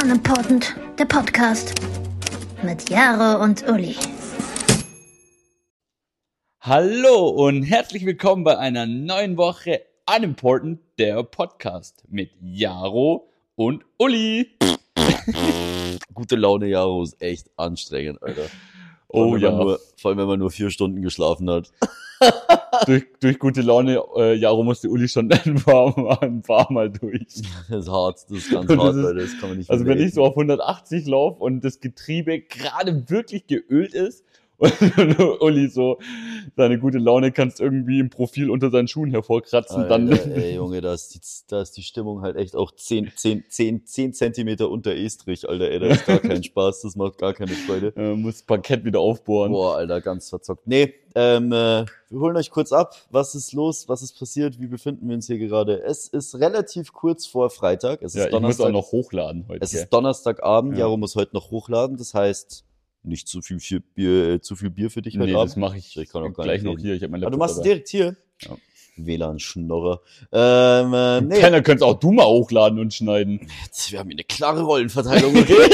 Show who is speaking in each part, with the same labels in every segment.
Speaker 1: Unimportant, der Podcast mit Jaro und Uli.
Speaker 2: Hallo und herzlich willkommen bei einer neuen Woche Unimportant, der Podcast mit Jaro und Uli.
Speaker 3: gute Laune Jaro ist echt anstrengend, Alter. Vor allem,
Speaker 2: Oh
Speaker 3: wenn
Speaker 2: ja,
Speaker 3: Man nur, vor allem, wenn man nur vier Stunden geschlafen hat.
Speaker 2: durch, durch gute Laune, äh, Jaro musste Uli schon ein paar, Mal- ein paar Mal durch.
Speaker 3: Das ist hart, das ist ganz
Speaker 2: Und das
Speaker 3: hart,
Speaker 2: ist-
Speaker 3: Alter. Das kann man nicht
Speaker 2: Also wenn ich
Speaker 3: vermelden.
Speaker 2: so auf 180 laufe und das Getriebe gerade wirklich geölt ist und Uli so seine gute Laune kannst irgendwie im Profil unter seinen Schuhen hervorkratzen, dann
Speaker 3: Alter, ey, Junge, da ist, die, da ist die Stimmung halt echt auch 10, 10, 10, 10 Zentimeter unter Estrich, Alter. Ey, da ist gar kein Spaß, das macht gar keine Freude.
Speaker 2: äh, muss Parkett wieder aufbohren.
Speaker 3: Boah, Alter, ganz verzockt. Nee, ähm, äh, wir holen euch kurz ab. Was ist los? Was ist passiert? Wie befinden wir uns hier gerade? Es ist relativ kurz vor Freitag. Es ist
Speaker 2: ja, ich muss
Speaker 3: Donnerstag.
Speaker 2: auch noch hochladen heute.
Speaker 3: Es
Speaker 2: gell?
Speaker 3: ist Donnerstagabend,
Speaker 2: Ja.
Speaker 3: Jaro muss heute noch hochladen, das heißt, nicht zu viel, viel Bier, äh, zu viel Bier für dich heute
Speaker 2: nee, das
Speaker 3: Abend.
Speaker 2: mache ich,
Speaker 3: Ich kann auch gar
Speaker 2: gleich
Speaker 3: nicht
Speaker 2: noch
Speaker 3: reden.
Speaker 2: hier. Ich habe mein
Speaker 3: Aber du
Speaker 2: Laptop
Speaker 3: machst es
Speaker 2: dabei.
Speaker 3: direkt hier.
Speaker 2: Ja.
Speaker 3: WLAN-Schnorrer. Ähm, äh, nee,
Speaker 2: Keiner könnte auch du mal hochladen und schneiden.
Speaker 3: jetzt, wir haben hier eine klare Rollenverteilung. okay?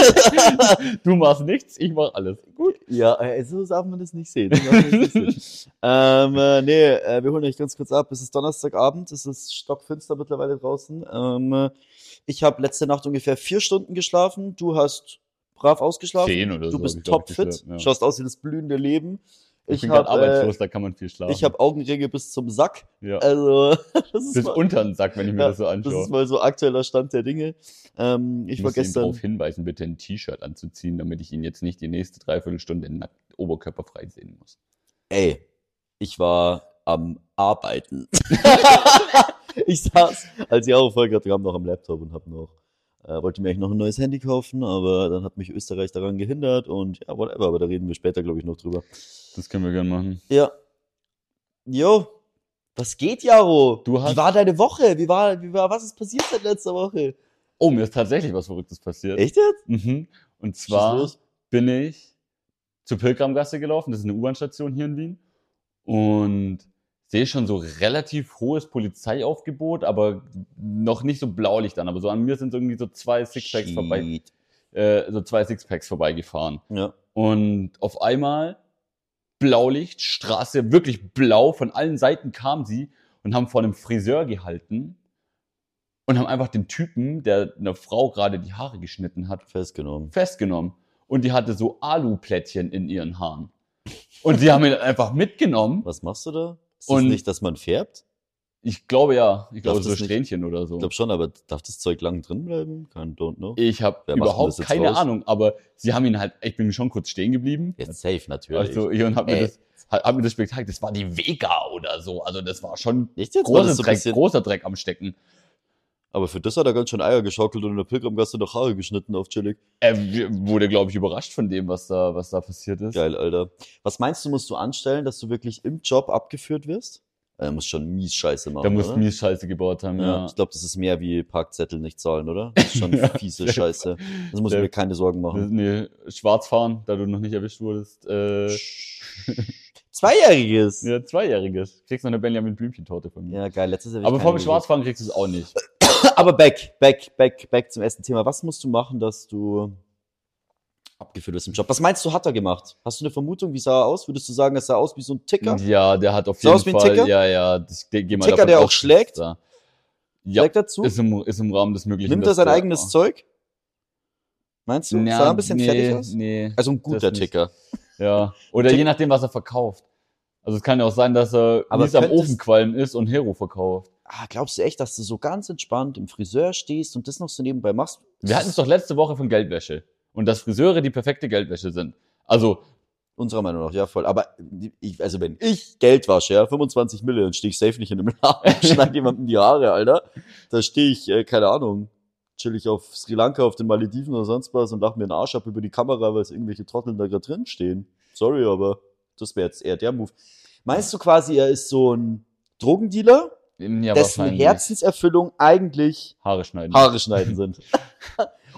Speaker 2: Du machst nichts, ich mach alles. Gut.
Speaker 3: ja, äh, so darf man das nicht sehen. so darf man das nicht sehen. ähm, äh, nee, äh, wir holen euch ganz kurz ab. Es ist Donnerstagabend, es ist stockfinster mittlerweile draußen. Ähm, äh, ich habe letzte Nacht ungefähr vier Stunden geschlafen. Du hast brav ausgeschlafen.
Speaker 2: Zehn oder so.
Speaker 3: Du
Speaker 2: hab
Speaker 3: bist
Speaker 2: ich, glaub ich,
Speaker 3: topfit,
Speaker 2: geschlafen, Ja.
Speaker 3: schaust aus wie das blühende Leben.
Speaker 2: Ich,
Speaker 3: Ich
Speaker 2: bin gerade
Speaker 3: habe
Speaker 2: arbeitslos, da kann man viel
Speaker 3: äh,
Speaker 2: schlafen.
Speaker 3: ich hab Augenringe bis zum Sack.
Speaker 2: ja.
Speaker 3: Also, das ist,
Speaker 2: bis
Speaker 3: mal,
Speaker 2: unter den Sack, wenn ich mir
Speaker 3: Ja,
Speaker 2: das so
Speaker 3: das
Speaker 2: anschaue.
Speaker 3: ist mal so aktueller Stand der Dinge. Ähm, ich war
Speaker 2: muss ihn
Speaker 3: gestern.
Speaker 2: darauf hinweisen, bitte ein T-Shirt anzuziehen, damit ich ihn jetzt nicht die nächste Dreiviertelstunde nackt oberkörperfrei sehen muss.
Speaker 3: Ey, ich war am Arbeiten. ich saß, als Jaro Vollgrad kam, noch am Laptop und hab noch. Äh, wollte mir eigentlich noch ein neues Handy kaufen, aber dann hat mich Österreich daran gehindert und ja, whatever, aber da reden wir später, glaube ich, noch drüber.
Speaker 2: Das können wir gerne machen.
Speaker 3: Ja. Jo. Was geht, Jaro?
Speaker 2: Du hast-
Speaker 3: Wie war deine Woche? Wie war, wie war, was ist passiert seit letzter Woche?
Speaker 2: Oh, mir ist tatsächlich was Verrücktes passiert.
Speaker 3: Echt jetzt?
Speaker 2: Mhm. Und
Speaker 3: Schieß
Speaker 2: zwar
Speaker 3: los.
Speaker 2: bin ich zur Pilgramgasse gelaufen, das ist eine U-Bahn-Station hier in Wien, und sehe schon so relativ hohes Polizeiaufgebot, aber noch nicht so Blaulicht an, aber so an mir sind irgendwie so zwei Sixpacks, vorbei,
Speaker 3: Shit.
Speaker 2: äh, so zwei Sixpacks vorbeigefahren.
Speaker 3: Ja.
Speaker 2: Und auf einmal Blaulicht, Straße, wirklich blau, von allen Seiten kamen sie und haben vor einem Friseur gehalten und haben einfach den Typen, der einer Frau gerade die Haare geschnitten hat,
Speaker 3: Festgenommen.
Speaker 2: festgenommen und die hatte so Aluplättchen in ihren Haaren. Und die haben ihn einfach mitgenommen.
Speaker 3: Was machst du da? Ist
Speaker 2: Und-
Speaker 3: das nicht, dass man färbt?
Speaker 2: Ich glaube ja, ich glaube
Speaker 3: Darf
Speaker 2: so
Speaker 3: das nicht-
Speaker 2: Strähnchen oder so.
Speaker 3: Ich glaube schon, aber darf das Zeug lang drin bleiben? Kein Don't know.
Speaker 2: Ich habe
Speaker 3: Wer macht denn
Speaker 2: überhaupt
Speaker 3: das jetzt
Speaker 2: keine
Speaker 3: raus?
Speaker 2: Ahnung, aber sie haben ihn halt, ich bin schon kurz stehen geblieben.
Speaker 3: Jetzt safe natürlich.
Speaker 2: Also, ich, und hab mir,
Speaker 3: Ey.
Speaker 2: das, hab, hab mir das Spektakel, das war die Vega oder so. Also das war schon
Speaker 3: Echt jetzt? War
Speaker 2: großer,
Speaker 3: das so ein
Speaker 2: Dreck,
Speaker 3: bisschen,
Speaker 2: großer Dreck am Stecken.
Speaker 3: aber für das hat er ganz schön Eier geschaukelt und in der Pilgrimgasse noch Haare geschnitten auf chillig.
Speaker 2: Er w- wurde, glaube ich, überrascht von dem, was da, was da passiert ist.
Speaker 3: Geil, Alter. Was meinst du, musst du anstellen, dass du wirklich im Job abgeführt wirst? Er muss schon mies Scheiße machen.
Speaker 2: Da muss
Speaker 3: oder?
Speaker 2: mies Scheiße gebaut haben.
Speaker 3: Ja,
Speaker 2: Ja.
Speaker 3: ich glaube, das ist mehr wie Parkzettel nicht zahlen, oder? Das ist schon fiese
Speaker 2: safe.
Speaker 3: Scheiße. Das muss ich
Speaker 2: Safe.
Speaker 3: mir keine Sorgen machen.
Speaker 2: Nee, schwarz fahren, da du noch nicht erwischt wurdest. Äh,
Speaker 3: Zweijähriges. Ja,
Speaker 2: Ja, zweijähriges. Kriegst noch eine Benjamin Blümchen-Torte von mir.
Speaker 3: geil. Letztes Jahr hab ich
Speaker 2: Aber
Speaker 3: keine
Speaker 2: vor dem
Speaker 3: gesehen.
Speaker 2: Schwarzfahren kriegst du es auch nicht.
Speaker 3: Aber back, back, back, back zum ersten Thema. Was musst du machen, dass du abgeführt wirst im Job? Was meinst du, hat er gemacht? Hast du eine Vermutung, wie sah er aus? Würdest du sagen, er sah aus wie so ein Ticker?
Speaker 2: Ja, der hat auf
Speaker 3: Sah
Speaker 2: jeden
Speaker 3: aus wie ein
Speaker 2: Fall.
Speaker 3: Ticker?
Speaker 2: Ja, ja. Ich geh mal
Speaker 3: Ticker,
Speaker 2: davon
Speaker 3: der auch
Speaker 2: aus, dass
Speaker 3: schlägt?
Speaker 2: da- Ja,
Speaker 3: Direkt dazu?
Speaker 2: ist im, ist im Rahmen des Möglichen.
Speaker 3: Nimmt er
Speaker 2: dass
Speaker 3: sein
Speaker 2: der-
Speaker 3: eigenes Zeug? Meinst du?
Speaker 2: Ja,
Speaker 3: sah er ein bisschen
Speaker 2: nee,
Speaker 3: fertig aus?
Speaker 2: Nee,
Speaker 3: Also ein guter
Speaker 2: nicht.
Speaker 3: Ticker.
Speaker 2: ja. Oder
Speaker 3: Tick-
Speaker 2: je nachdem, was er verkauft. Also es kann ja auch sein, dass er
Speaker 3: Aber
Speaker 2: mies am
Speaker 3: könntest-
Speaker 2: Ofenqualm ist und Hero verkauft.
Speaker 3: Ah, glaubst du echt, dass du so ganz entspannt im Friseur stehst und das noch so nebenbei machst?
Speaker 2: Wir hatten es doch letzte Woche von Geldwäsche. Und dass Friseure die perfekte Geldwäsche sind. Also,
Speaker 3: Unserer Meinung nach, ja, voll. Aber ich, also wenn ich Geld wasche, ja, 25 Mille, dann stehe ich safe nicht in einem Laden, schneid jemandem die Haare, Alter. Da stehe ich, äh, keine Ahnung, chill ich auf Sri Lanka, auf den Malediven oder sonst was und lach mir einen Arsch ab über die Kamera, weil es irgendwelche Trotteln da gerade drin stehen. Sorry, aber das wäre jetzt eher der Move. Meinst du quasi, er ist so ein Drogendealer,
Speaker 2: ja,
Speaker 3: dessen
Speaker 2: wahrscheinlich.
Speaker 3: Herzenserfüllung eigentlich
Speaker 2: Haare schneiden.
Speaker 3: Haare schneiden sind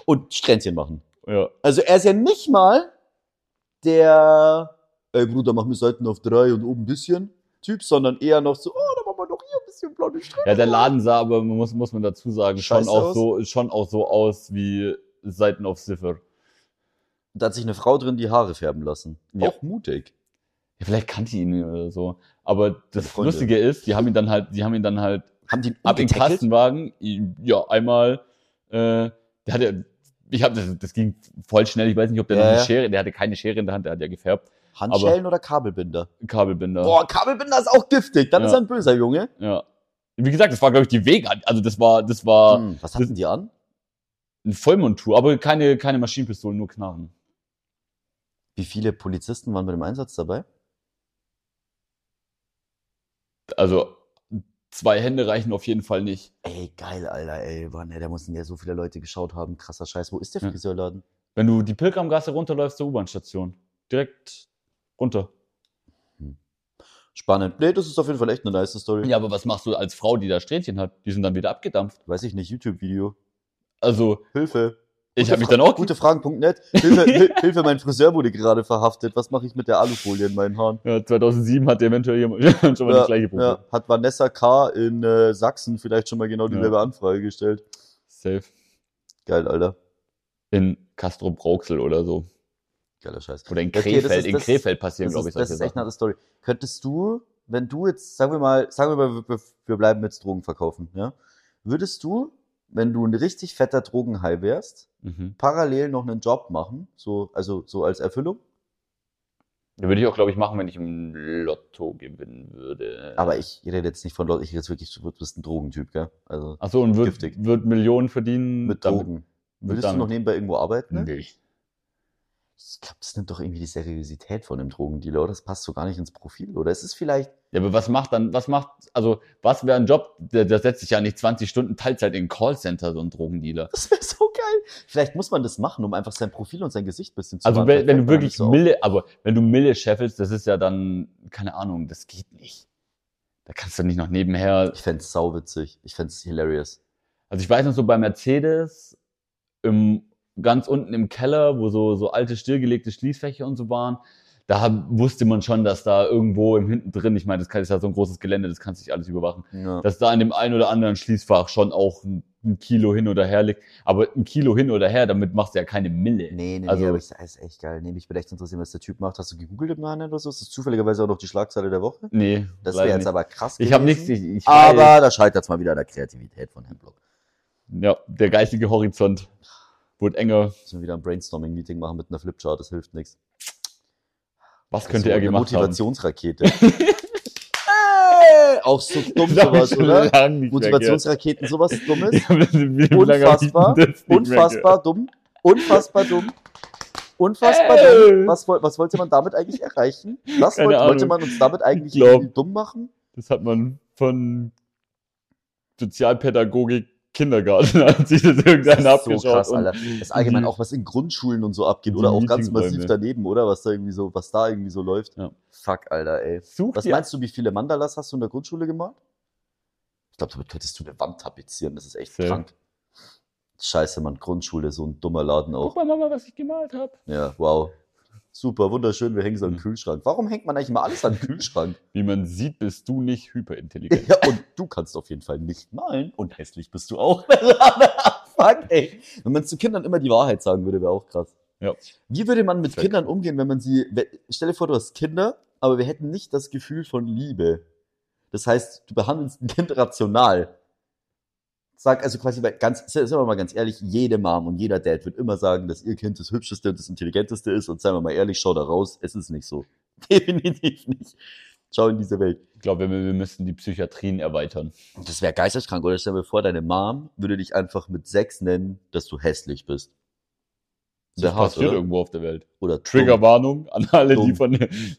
Speaker 3: und Strähnchen machen?
Speaker 2: Ja.
Speaker 3: Also er ist ja nicht mal der, ey Bruder, mach mir Seiten auf drei und oben ein bisschen Typ, sondern eher noch so, oh, da machen wir doch hier ein bisschen blaue Streifen.
Speaker 2: Ja, der Laden sah aber, man muss, muss man dazu sagen, schon
Speaker 3: Scheiße
Speaker 2: auch,
Speaker 3: aus.
Speaker 2: so, schon auch so aus wie Seiten auf Ziffer.
Speaker 3: Da hat sich eine Frau drin die Haare färben lassen.
Speaker 2: Ja.
Speaker 3: Auch mutig.
Speaker 2: Ja, vielleicht kannte ihn oder so. Aber das
Speaker 3: Freunde.
Speaker 2: Lustige ist, die haben ihn dann halt, die haben ihn dann halt
Speaker 3: Haben die
Speaker 2: ab in den
Speaker 3: umgetackelt?
Speaker 2: Kastenwagen, ihm- ja, einmal, äh, der hatte, ich habe das, das ging voll schnell, ich weiß nicht, ob der
Speaker 3: Ja,
Speaker 2: noch eine
Speaker 3: ja.
Speaker 2: Schere, der hatte keine Schere in der Hand, der hat ja gefärbt,
Speaker 3: Handschellen oder Kabelbinder?
Speaker 2: Kabelbinder.
Speaker 3: Boah, Kabelbinder ist auch giftig. Dann
Speaker 2: Ja.
Speaker 3: ist er ein böser Junge.
Speaker 2: Ja. Wie gesagt, das war, glaube ich, die Weg, also das war, das war
Speaker 3: Hm, was hatten die an?
Speaker 2: eine Vollmontur, aber keine, keine Maschinenpistolen, nur Knarren.
Speaker 3: Wie viele Polizisten waren bei dem Einsatz dabei?
Speaker 2: Also zwei Hände reichen auf jeden Fall nicht.
Speaker 3: Ey, geil, Alter, ey, Mann, ey, da mussten ja so viele Leute geschaut haben. Krasser Scheiß. Wo ist der
Speaker 2: Ja.
Speaker 3: Friseurladen?
Speaker 2: Wenn du die Pilgramgasse runterläufst zur U-Bahn-Station, direkt runter.
Speaker 3: Spannend. Nee, das ist auf jeden Fall echt eine nice Story.
Speaker 2: Ja, aber was machst du als Frau, die da Strähnchen hat? Die sind dann wieder abgedampft.
Speaker 3: Weiß ich nicht, YouTube-Video.
Speaker 2: Also,
Speaker 3: Hilfe.
Speaker 2: ich
Speaker 3: Gute
Speaker 2: habe mich
Speaker 3: Fra-
Speaker 2: dann auch
Speaker 3: Gutefragen.net. Hilfe, Hil- Hilfe, mein Friseur wurde gerade verhaftet. Was mache ich mit der Alufolie in meinen Haaren?
Speaker 2: Ja, 2007 hatte eventuell jemand schon mal das gleiche Problem.
Speaker 3: ja, hat Vanessa K. in äh, Sachsen vielleicht schon mal genau
Speaker 2: Ja.
Speaker 3: dieselbe Anfrage gestellt.
Speaker 2: Safe.
Speaker 3: Geil, Alter.
Speaker 2: In Castro Brauxel oder so.
Speaker 3: Geiler Scheiß.
Speaker 2: Oder in
Speaker 3: Okay, das
Speaker 2: Krefeld.
Speaker 3: ist-
Speaker 2: in
Speaker 3: das-
Speaker 2: Krefeld passieren,
Speaker 3: Das
Speaker 2: glaube ich,
Speaker 3: ist, das
Speaker 2: solche
Speaker 3: ist echt
Speaker 2: Sachen.
Speaker 3: eine andere Story. Könntest du, wenn du jetzt, sagen wir mal, sagen wir mal, wir- wir, wir bleiben jetzt Drogen verkaufen, ja? Würdest du, wenn du ein richtig fetter Drogenhai wärst,
Speaker 2: Mhm.
Speaker 3: parallel noch einen Job machen, so, also so als Erfüllung?
Speaker 2: Das würde ich auch, glaube ich, machen, wenn ich im Lotto gewinnen würde.
Speaker 3: Aber ich rede jetzt nicht von Leuten, ich rede jetzt wirklich, du bist ein Drogentyp, gell? Also
Speaker 2: Ach so, und wird,
Speaker 3: Giftig.
Speaker 2: wird Millionen verdienen.
Speaker 3: mit
Speaker 2: damit-
Speaker 3: Drogen.
Speaker 2: mit
Speaker 3: Würdest du
Speaker 2: damit.
Speaker 3: noch nebenbei irgendwo arbeiten? Ne?
Speaker 2: Nee.
Speaker 3: Ich glaube, das nimmt doch irgendwie die Seriosität von einem Drogendealer, oder? Das passt so gar nicht ins Profil, oder? Es ist vielleicht,
Speaker 2: Ja, aber was macht dann, was macht, also, was wäre ein Job, der, der setzt sich ja nicht 20 Stunden Teilzeit in ein Callcenter, so ein Drogendealer.
Speaker 3: das wäre so geil. Vielleicht muss man das machen, um einfach sein Profil und sein Gesicht ein bisschen zu
Speaker 2: Also,
Speaker 3: wahren.
Speaker 2: wenn, wenn du
Speaker 3: Vielleicht, dann
Speaker 2: wirklich
Speaker 3: ist er auch-
Speaker 2: Mille, aber wenn du Mille scheffelst, das ist ja dann, keine Ahnung, das geht nicht. Da kannst du nicht noch nebenher,
Speaker 3: Ich fänd's sauwitzig. Ich fänd's hilarious.
Speaker 2: also ich weiß noch so bei Mercedes, im, ganz unten im Keller, wo so, so alte stillgelegte Schließfächer und so waren, da hab, wusste man schon, dass da irgendwo im hinten drin, ich meine, das kann- das ist ja so ein großes Gelände, das kannst du nicht alles überwachen.
Speaker 3: Ja.
Speaker 2: dass da an dem einen oder anderen Schließfach schon auch ein, ein Kilo hin oder her liegt. Aber ein Kilo hin oder her, damit machst du ja keine Mille.
Speaker 3: Nee, nee,
Speaker 2: Also-
Speaker 3: nee, aber ich, das ist echt geil. Nee, mich würde echt interessieren, was der Typ macht. Hast du gegoogelt im Nachhinein oder so? Ist das zufälligerweise auch noch die Schlagzeile der Woche?
Speaker 2: Nee,
Speaker 3: Das
Speaker 2: leider
Speaker 3: wäre jetzt
Speaker 2: nicht.
Speaker 3: aber krass
Speaker 2: Ich habe nichts.
Speaker 3: gewesen.
Speaker 2: Ich, ich
Speaker 3: Aber da scheitert's mal wieder an der Kreativität von Herrn Block.
Speaker 2: ja, der geistige Horizont wurde enger.
Speaker 3: Müssen wir wieder ein Brainstorming-Meeting machen mit einer Flipchart, das hilft nichts.
Speaker 2: Was
Speaker 3: Das ist
Speaker 2: könnte er
Speaker 3: eine
Speaker 2: gemacht
Speaker 3: Motivationsrakete. Ey, auch so dumm
Speaker 2: haben? Das hab ich
Speaker 3: sowas,
Speaker 2: schon lange
Speaker 3: oder?
Speaker 2: nicht mehr gehört.
Speaker 3: Motivationsraketen, sowas Dummes.
Speaker 2: Ja, aber wie lange hab ich denn das nicht mehr
Speaker 3: Unfassbar,
Speaker 2: gehört?
Speaker 3: Unfassbar dumm. Unfassbar dumm. Unfassbar
Speaker 2: Ey.
Speaker 3: dumm. Was, woll- was wollte man damit eigentlich erreichen? Was
Speaker 2: Keine
Speaker 3: wollte, wollte
Speaker 2: Ahnung.
Speaker 3: man uns damit eigentlich
Speaker 2: Ich glaub-
Speaker 3: irgendwie dumm machen?
Speaker 2: Das hat man von Sozialpädagogik Kindergarten, als sich das irgendeiner
Speaker 3: Das ist so
Speaker 2: abgeschaut
Speaker 3: krass,
Speaker 2: und- Mhm.
Speaker 3: Alter. Das ist allgemein auch, was in Grundschulen und so abgeht.
Speaker 2: Die
Speaker 3: Oder auch ganz
Speaker 2: Meetingräume.
Speaker 3: massiv daneben, oder? Was da irgendwie so, was da irgendwie so läuft.
Speaker 2: Ja.
Speaker 3: Fuck, Alter, ey.
Speaker 2: Such
Speaker 3: Was
Speaker 2: dir
Speaker 3: meinst du, wie viele Mandalas hast du in der Grundschule gemalt? Ich glaube, damit könntest du eine Wand tapezieren. Das ist echt
Speaker 2: Sehr.
Speaker 3: krank. Scheiße, Mann, Grundschule, so ein dummer Laden auch.
Speaker 2: Guck mal, Mama, was ich gemalt habe.
Speaker 3: Ja, wow. Super, wunderschön, wir hängen so an den
Speaker 2: Mhm.
Speaker 3: Kühlschrank. Warum hängt man eigentlich mal alles an den Kühlschrank?
Speaker 2: Wie man sieht, bist du nicht hyperintelligent.
Speaker 3: ja, und du kannst auf jeden Fall nicht malen. Und hässlich bist du auch. Fuck, ey. Wenn man zu Kindern immer die Wahrheit sagen würde, wäre auch krass.
Speaker 2: Ja.
Speaker 3: Wie würde man mit
Speaker 2: Sehr
Speaker 3: Kindern umgehen, wenn man sie. we- Stell dir vor, du hast Kinder, aber wir hätten nicht das Gefühl von Liebe. Das heißt, du behandelst ein Kind rational. Sag also quasi, weil ganz, sind wir mal ganz ehrlich, jede Mom und jeder Dad wird immer sagen, dass ihr Kind das Hübscheste und das Intelligenteste ist. Und seien wir mal ehrlich, schau da raus, es ist nicht so. Definitiv nicht. Schau in diese Welt.
Speaker 2: Ich glaube, wir, wir müssten die Psychiatrien erweitern.
Speaker 3: Das wäre geisteskrank, oder? Stell dir vor, deine Mom würde dich einfach mit sechs nennen, dass du hässlich bist.
Speaker 2: Das
Speaker 3: Sehr hart,
Speaker 2: passiert
Speaker 3: oder?
Speaker 2: irgendwo auf der Welt.
Speaker 3: oder dumm.
Speaker 2: Triggerwarnung an alle, die von,
Speaker 3: Dumm.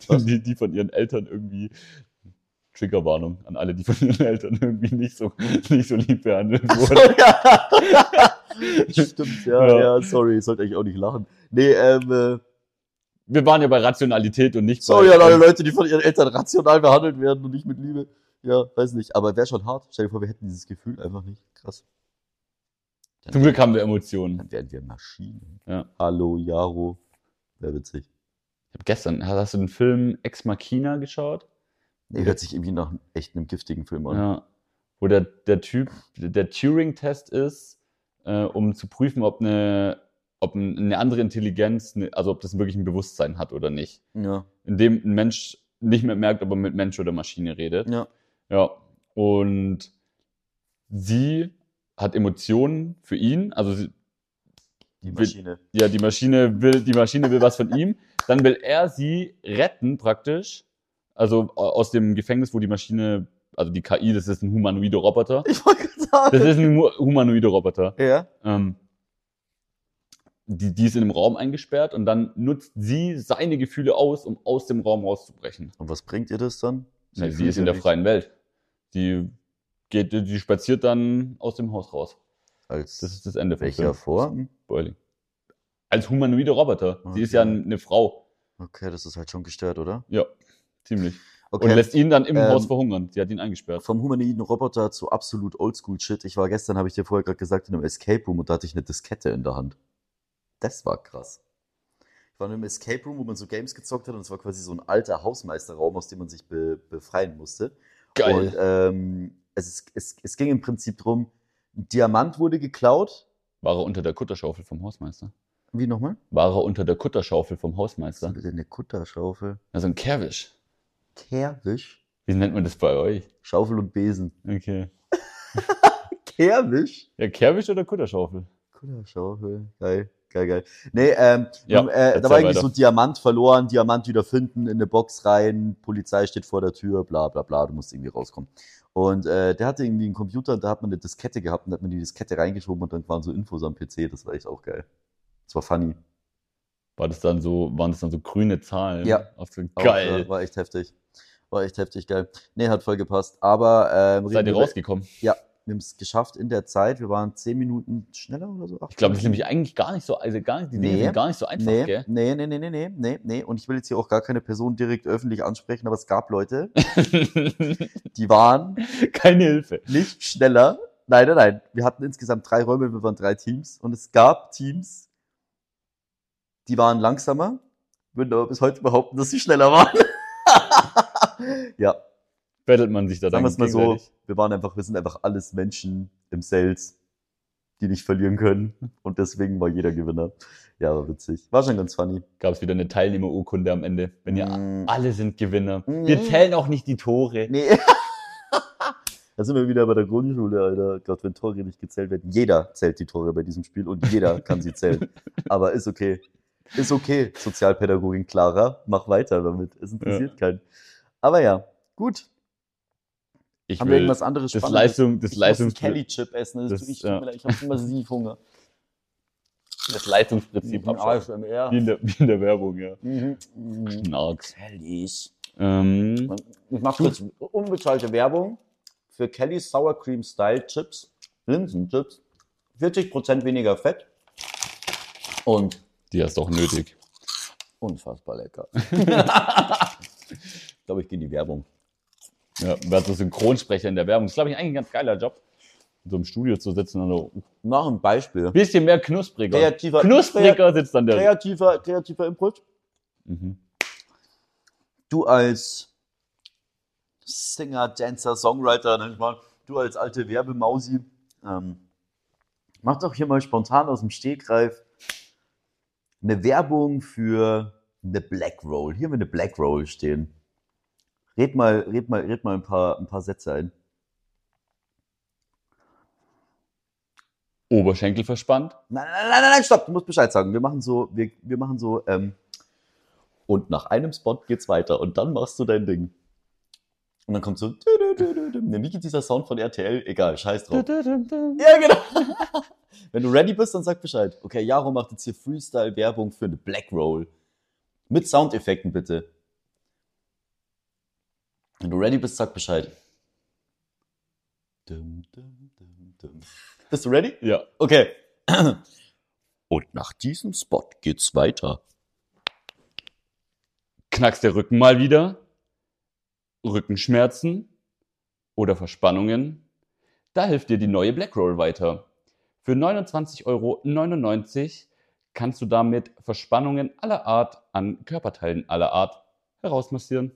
Speaker 3: Was?
Speaker 2: die, die von ihren Eltern irgendwie. Triggerwarnung an alle, die von ihren Eltern irgendwie nicht so, nicht so lieb behandelt wurden.
Speaker 3: Stimmt, ja,
Speaker 2: Ja.
Speaker 3: ja, sorry, ich sollte eigentlich auch nicht lachen. Nee, ähm, äh,
Speaker 2: Wir waren ja bei Rationalität und nicht
Speaker 3: sorry
Speaker 2: bei.
Speaker 3: an alle Leute, die von ihren Eltern rational behandelt werden und nicht mit Liebe. Ja, weiß nicht, aber wäre schon hart. Stell dir vor, wir hätten dieses Gefühl einfach nicht. Krass.
Speaker 2: Zum Glück haben wir Emotionen.
Speaker 3: Dann wären wir Maschinen.
Speaker 2: Ja.
Speaker 3: Hallo, Jaro. Wäre witzig.
Speaker 2: Ich hab gestern, hast hast du den Film Ex Machina geschaut?
Speaker 3: Nee, hört sich irgendwie nach echt einem giftigen Film an.
Speaker 2: Ja. Wo der, der Typ, der Turing-Test ist, äh, um zu prüfen, ob eine ob ein- eine andere Intelligenz, ne- also ob das wirklich ein Bewusstsein hat oder nicht.
Speaker 3: Ja.
Speaker 2: Indem ein Mensch nicht mehr merkt, ob er mit Mensch oder Maschine redet.
Speaker 3: Ja.
Speaker 2: Ja. Und sie hat Emotionen für ihn, also sie,
Speaker 3: Die
Speaker 2: Will-
Speaker 3: Maschine.
Speaker 2: ja, die Maschine will, die Maschine will was von ihm. Dann will er sie retten praktisch. Also au- aus dem Gefängnis, wo die Maschine, also die KI, das ist ein humanoider Roboter.
Speaker 3: Ich wollte gerade sagen.
Speaker 2: Das ist ein hu- humanoider Roboter.
Speaker 3: ja.
Speaker 2: Ähm, die, die ist in einem Raum eingesperrt und dann nutzt sie seine Gefühle aus, um aus dem Raum rauszubrechen.
Speaker 3: Und was bringt ihr das dann?
Speaker 2: Nee, sie
Speaker 3: fühlt
Speaker 2: ist in
Speaker 3: ja
Speaker 2: der
Speaker 3: nichts.
Speaker 2: freien Welt. Die geht, die spaziert dann aus dem Haus raus.
Speaker 3: Als
Speaker 2: Das ist das Ende vom
Speaker 3: welcher
Speaker 2: Film.
Speaker 3: Form?
Speaker 2: Spoiling. Als humanoide Roboter. Sie ist ja
Speaker 3: Okay.
Speaker 2: eine Frau.
Speaker 3: Okay, das ist halt schon gestört, oder?
Speaker 2: Ja, ziemlich.
Speaker 3: Okay.
Speaker 2: Und lässt ihn dann im
Speaker 3: Ähm,
Speaker 2: Haus verhungern. Sie hat ihn eingesperrt.
Speaker 3: vom humanoiden Roboter zu absolut Oldschool-Shit. Ich war gestern, habe ich dir vorher gerade gesagt, in einem Escape Room und da hatte ich eine Diskette in der Hand. Das war krass. Ich war in einem Escape Room, wo man so Games gezockt hat und es war quasi so ein alter Hausmeisterraum, aus dem man sich be befreien musste. Und ähm, es, ist- es, es ging im Prinzip drum, ein Diamant wurde geklaut.
Speaker 2: War er unter der Kutterschaufel vom Hausmeister?
Speaker 3: Wie nochmal?
Speaker 2: War er unter der Kutterschaufel vom
Speaker 3: Was ist
Speaker 2: Hausmeister?
Speaker 3: denn eine Kutterschaufel?
Speaker 2: Also ein Kerwisch.
Speaker 3: Kerwisch?
Speaker 2: Wie nennt man das bei euch?
Speaker 3: Schaufel und Besen.
Speaker 2: Okay.
Speaker 3: Kerwisch?
Speaker 2: Ja, Kerwisch oder Kutterschaufel?
Speaker 3: Kutterschaufel, geil, geil, geil. Nee, ähm,
Speaker 2: Ja,
Speaker 3: nun, äh, da
Speaker 2: erzähl
Speaker 3: war irgendwie
Speaker 2: weiter.
Speaker 3: so Diamant verloren, Diamant wieder finden, in eine Box rein, Polizei steht vor der Tür, bla bla bla, du musst irgendwie rauskommen. Und äh, der hatte irgendwie einen Computer, da hat man eine Diskette gehabt und hat man die Diskette reingeschoben und dann waren so Infos am PC, das war echt auch geil. Das war funny.
Speaker 2: War das dann so, waren das dann so grüne Zahlen?
Speaker 3: Ja.
Speaker 2: Auf so,
Speaker 3: Auch, äh,
Speaker 2: geil.
Speaker 3: war echt heftig. War echt heftig, geil. Nee, hat voll gepasst. Aber ähm,
Speaker 2: Seid
Speaker 3: reden
Speaker 2: ihr
Speaker 3: wir-
Speaker 2: rausgekommen?
Speaker 3: wir haben es geschafft in der Zeit. Wir waren zehn Minuten schneller oder so.
Speaker 2: Ich glaube, das ist nämlich eigentlich gar nicht so, also gar nicht, die Dinge
Speaker 3: Nee.
Speaker 2: sind gar nicht so einfach,
Speaker 3: nee,
Speaker 2: gell?
Speaker 3: nee, nee, nee, nee, nee, nee, nee. Und ich will jetzt hier auch gar keine Person direkt öffentlich ansprechen, aber es gab Leute, die waren
Speaker 2: Keine Hilfe.
Speaker 3: nicht schneller. Nein, nein, nein. Wir hatten insgesamt drei Räume, wir waren drei Teams. Und es gab Teams, die waren langsamer, würden aber bis heute behaupten, dass sie schneller waren. ja,
Speaker 2: Bettelt man sich da
Speaker 3: sagen wir
Speaker 2: dann
Speaker 3: es mal so.
Speaker 2: gegenseitig.
Speaker 3: Wir waren einfach, wir sind einfach alles Menschen im Sales, die nicht verlieren können. Und deswegen war jeder Gewinner. Ja, war witzig. War schon ganz funny.
Speaker 2: Gab es wieder eine Teilnehmerurkunde am Ende. Wenn ihr
Speaker 3: Mm.
Speaker 2: alle sind Gewinner.
Speaker 3: Mhm.
Speaker 2: Wir zählen auch nicht die Tore.
Speaker 3: Nee. Da sind wir wieder bei der Grundschule, Alter. Gott, wenn Tore nicht gezählt werden. Jeder zählt die Tore bei diesem Spiel und jeder kann sie zählen. Aber ist okay. Ist okay, Sozialpädagogin Clara. Mach weiter damit. Es interessiert keinen. Aber ja, gut.
Speaker 2: Ich
Speaker 3: Haben wir
Speaker 2: will
Speaker 3: irgendwas anderes
Speaker 2: das Leistung, das
Speaker 3: ich muss einen
Speaker 2: Leistungs
Speaker 3: Kelly-Chip essen. Es
Speaker 2: Das-
Speaker 3: tut- ich,
Speaker 2: ja.
Speaker 3: ja. ich habe massiv Hunger.
Speaker 2: das
Speaker 3: Mhm.
Speaker 2: Leistungsprinzip abschaffen.
Speaker 3: ASMR.
Speaker 2: Wie in, der, wie in der Werbung, ja.
Speaker 3: Mhm. Mhm.
Speaker 2: Knarks.
Speaker 3: Kellys.
Speaker 2: Ähm,
Speaker 3: Ich mache kurz unbezahlte Werbung für Kelly's Sour Cream Style Chips, Linsenchips. 40% weniger Fett und
Speaker 2: die hast du auch nötig.
Speaker 3: unfassbar lecker. ich glaube, ich gehe in die Werbung.
Speaker 2: Ja, wer so Synchronsprecher in der Werbung. Das ist, glaube ich, eigentlich ein ganz geiler Job. In so einem Studio zu sitzen und so ein
Speaker 3: Nach ein Beispiel.
Speaker 2: bisschen mehr knuspriger.
Speaker 3: Kreativer-
Speaker 2: knuspriger sitzt dann der.
Speaker 3: Kreativer, kreativer Impuls.
Speaker 2: Mhm.
Speaker 3: Du als Singer, Dancer, Songwriter, nenn ich mal, du als alte Werbemausi, ähm, mach doch hier mal spontan aus dem Stegreif eine Werbung für eine Black Roll. Hier haben wir eine Black Roll stehen. Red mal, red mal, red mal ein paar, ein paar Sätze ein.
Speaker 2: Oberschenkel verspannt.
Speaker 3: Nein, nein, nein, nein, nein, stopp, du musst Bescheid sagen. Wir machen so, wir, wir machen so, ähm, und nach einem Spot geht's weiter und dann machst du dein Ding. Und dann kommt so, dü- dü- dü- dü- dü- ne, wie geht dieser Sound von RTL? Egal, scheiß drauf. Ja, genau. Wenn du ready bist, dann sag Bescheid. Okay, Jaro macht jetzt hier Freestyle-Werbung für eine Black Roll. Mit Soundeffekten bitte. Wenn du ready bist, sag Bescheid. Dum, dum, dum, dum. Bist du ready?
Speaker 2: Ja.
Speaker 3: Okay. Und nach diesem Spot geht's weiter.
Speaker 2: Knackst der Rücken mal wieder? Rückenschmerzen oder Verspannungen? Da hilft dir die neue Blackroll weiter. Für 29,99 Euro kannst du damit Verspannungen aller Art an Körperteilen aller Art herausmassieren.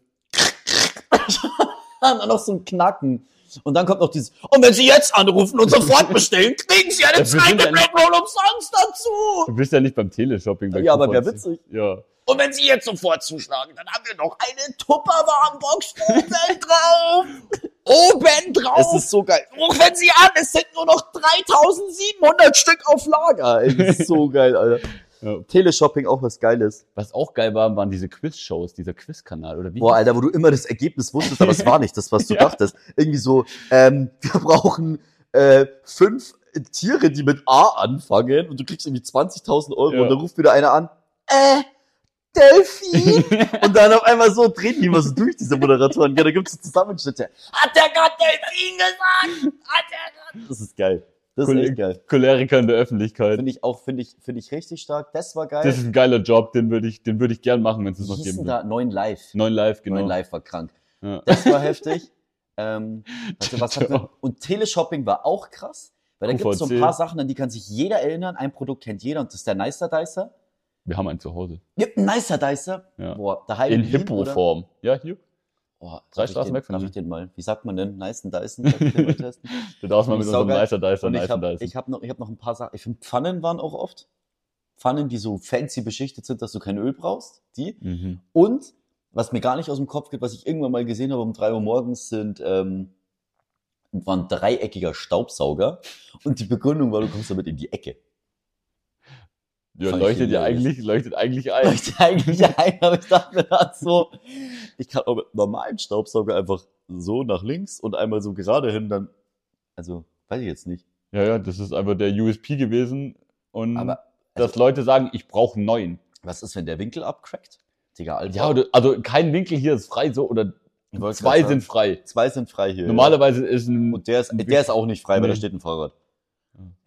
Speaker 3: Ah, dann noch so ein Knacken. Und dann kommt noch dieses, und wenn Sie jetzt anrufen und sofort bestellen, kriegen Sie eine
Speaker 2: Ja, wir sind
Speaker 3: zweite
Speaker 2: ein-
Speaker 3: Black Roll umsonst dazu.
Speaker 2: Du bist ja nicht beim Teleshopping. bei
Speaker 3: Ja, aber
Speaker 2: Coupons.
Speaker 3: wär witzig.
Speaker 2: Ja.
Speaker 3: Und wenn Sie jetzt sofort zuschlagen, dann haben wir noch eine Tupperwaren-Box oben drauf. Oben drauf.
Speaker 2: Es
Speaker 3: ist so geil. Rufen Sie an, es sind nur noch 3700 Stück auf Lager. Ey, das ist so geil, Alter.
Speaker 2: Ja.
Speaker 3: Teleshopping auch was Geiles.
Speaker 2: Was auch geil war, waren diese Quiz-Shows, dieser Quiz-Kanal, oder wie?
Speaker 3: Boah, Alter, wo du immer das Ergebnis wusstest, aber es war nicht das, was du
Speaker 2: Ja.
Speaker 3: dachtest. Irgendwie so, ähm, wir brauchen äh, fünf Tiere, die mit A anfangen und du kriegst irgendwie 20.000 Euro
Speaker 2: Ja.
Speaker 3: und dann ruft wieder einer an, äh, Delphi? und dann auf einmal so drehen die immer so durch, diese Moderatoren. Ja, da gibt's so Zusammenschnitte. Hat der Gott Delphin gesagt? Hat der Gott? Das ist geil. Das
Speaker 2: Cool.
Speaker 3: ist echt geil.
Speaker 2: Choleriker in der Öffentlichkeit.
Speaker 3: Finde ich auch, finde ich, finde ich richtig stark. Das war geil.
Speaker 2: Das ist ein geiler Job, den würde ich, den würde ich gern machen, wenn es
Speaker 3: Wie
Speaker 2: das noch
Speaker 3: hieß
Speaker 2: geben
Speaker 3: denn
Speaker 2: würde.
Speaker 3: da? Neun Live.
Speaker 2: Neun Live, genau.
Speaker 3: Genau. Live war krank.
Speaker 2: Ja.
Speaker 3: Das war heftig. ähm, warte, was hatten
Speaker 2: Ciao.
Speaker 3: wir? Und Teleshopping war auch krass, weil da gibt es so ein
Speaker 2: QVC.
Speaker 3: paar Sachen, an die kann sich jeder erinnern. Ein Produkt kennt jeder und das ist der Nicer Dicer.
Speaker 2: Wir haben einen zu Hause.
Speaker 3: Ja, Nicer Dicer.
Speaker 2: Ja.
Speaker 3: Boah, daheim.
Speaker 2: In
Speaker 3: im Wien, oder?
Speaker 2: Hippo-Form. Ja, hier.
Speaker 3: Boah,
Speaker 2: Drei
Speaker 3: darf ich
Speaker 2: Straßen
Speaker 3: den,
Speaker 2: weg von
Speaker 3: Darf
Speaker 2: mir.
Speaker 3: ich den mal? Wie sagt man denn? Nice and Dyson? Darf ich den mal testen?
Speaker 2: Du darfst mal mit unserem
Speaker 3: Saugeil.
Speaker 2: Nicer Dicer,
Speaker 3: und ich
Speaker 2: Nicer
Speaker 3: habe
Speaker 2: Dicer.
Speaker 3: ich hab noch, ich hab noch ein paar Sachen. Ich finde, Pfannen waren auch oft. Pfannen, die so fancy beschichtet sind, dass du kein Öl brauchst. Die.
Speaker 2: mhm.
Speaker 3: Und was mir gar nicht aus dem Kopf geht, was ich irgendwann mal gesehen habe um 3 Uhr morgens, sind ähm, war ein dreieckiger Staubsauger. Und die Begründung war, du kommst damit in die Ecke.
Speaker 2: Ja,
Speaker 3: Fand ich
Speaker 2: leuchtet ja
Speaker 3: hilarious.
Speaker 2: eigentlich, leuchtet eigentlich
Speaker 3: Da
Speaker 2: ein.
Speaker 3: ich eigentlich ein, aber ich dachte mir dann so, ich kann auch mit einem normalen Staubsauger einfach so nach links und einmal so gerade hin, dann. Also, weiß ich jetzt nicht.
Speaker 2: Ja, ja, das ist einfach der USP gewesen. Und
Speaker 3: Aber also
Speaker 2: dass Leute sagen, ich brauche einen neuen.
Speaker 3: was ist, wenn der Winkel abcrackt? Digga, Alter.
Speaker 2: Ja, oder- also kein Winkel hier ist frei, so, oder
Speaker 3: Ich wollte
Speaker 2: zwei
Speaker 3: grad sagen,
Speaker 2: sind frei.
Speaker 3: zwei sind frei hier. ja.
Speaker 2: Normalerweise ist ein,
Speaker 3: Und der ist, der ist auch nicht frei, weil da
Speaker 2: Nee.
Speaker 3: steht ein Fahrrad.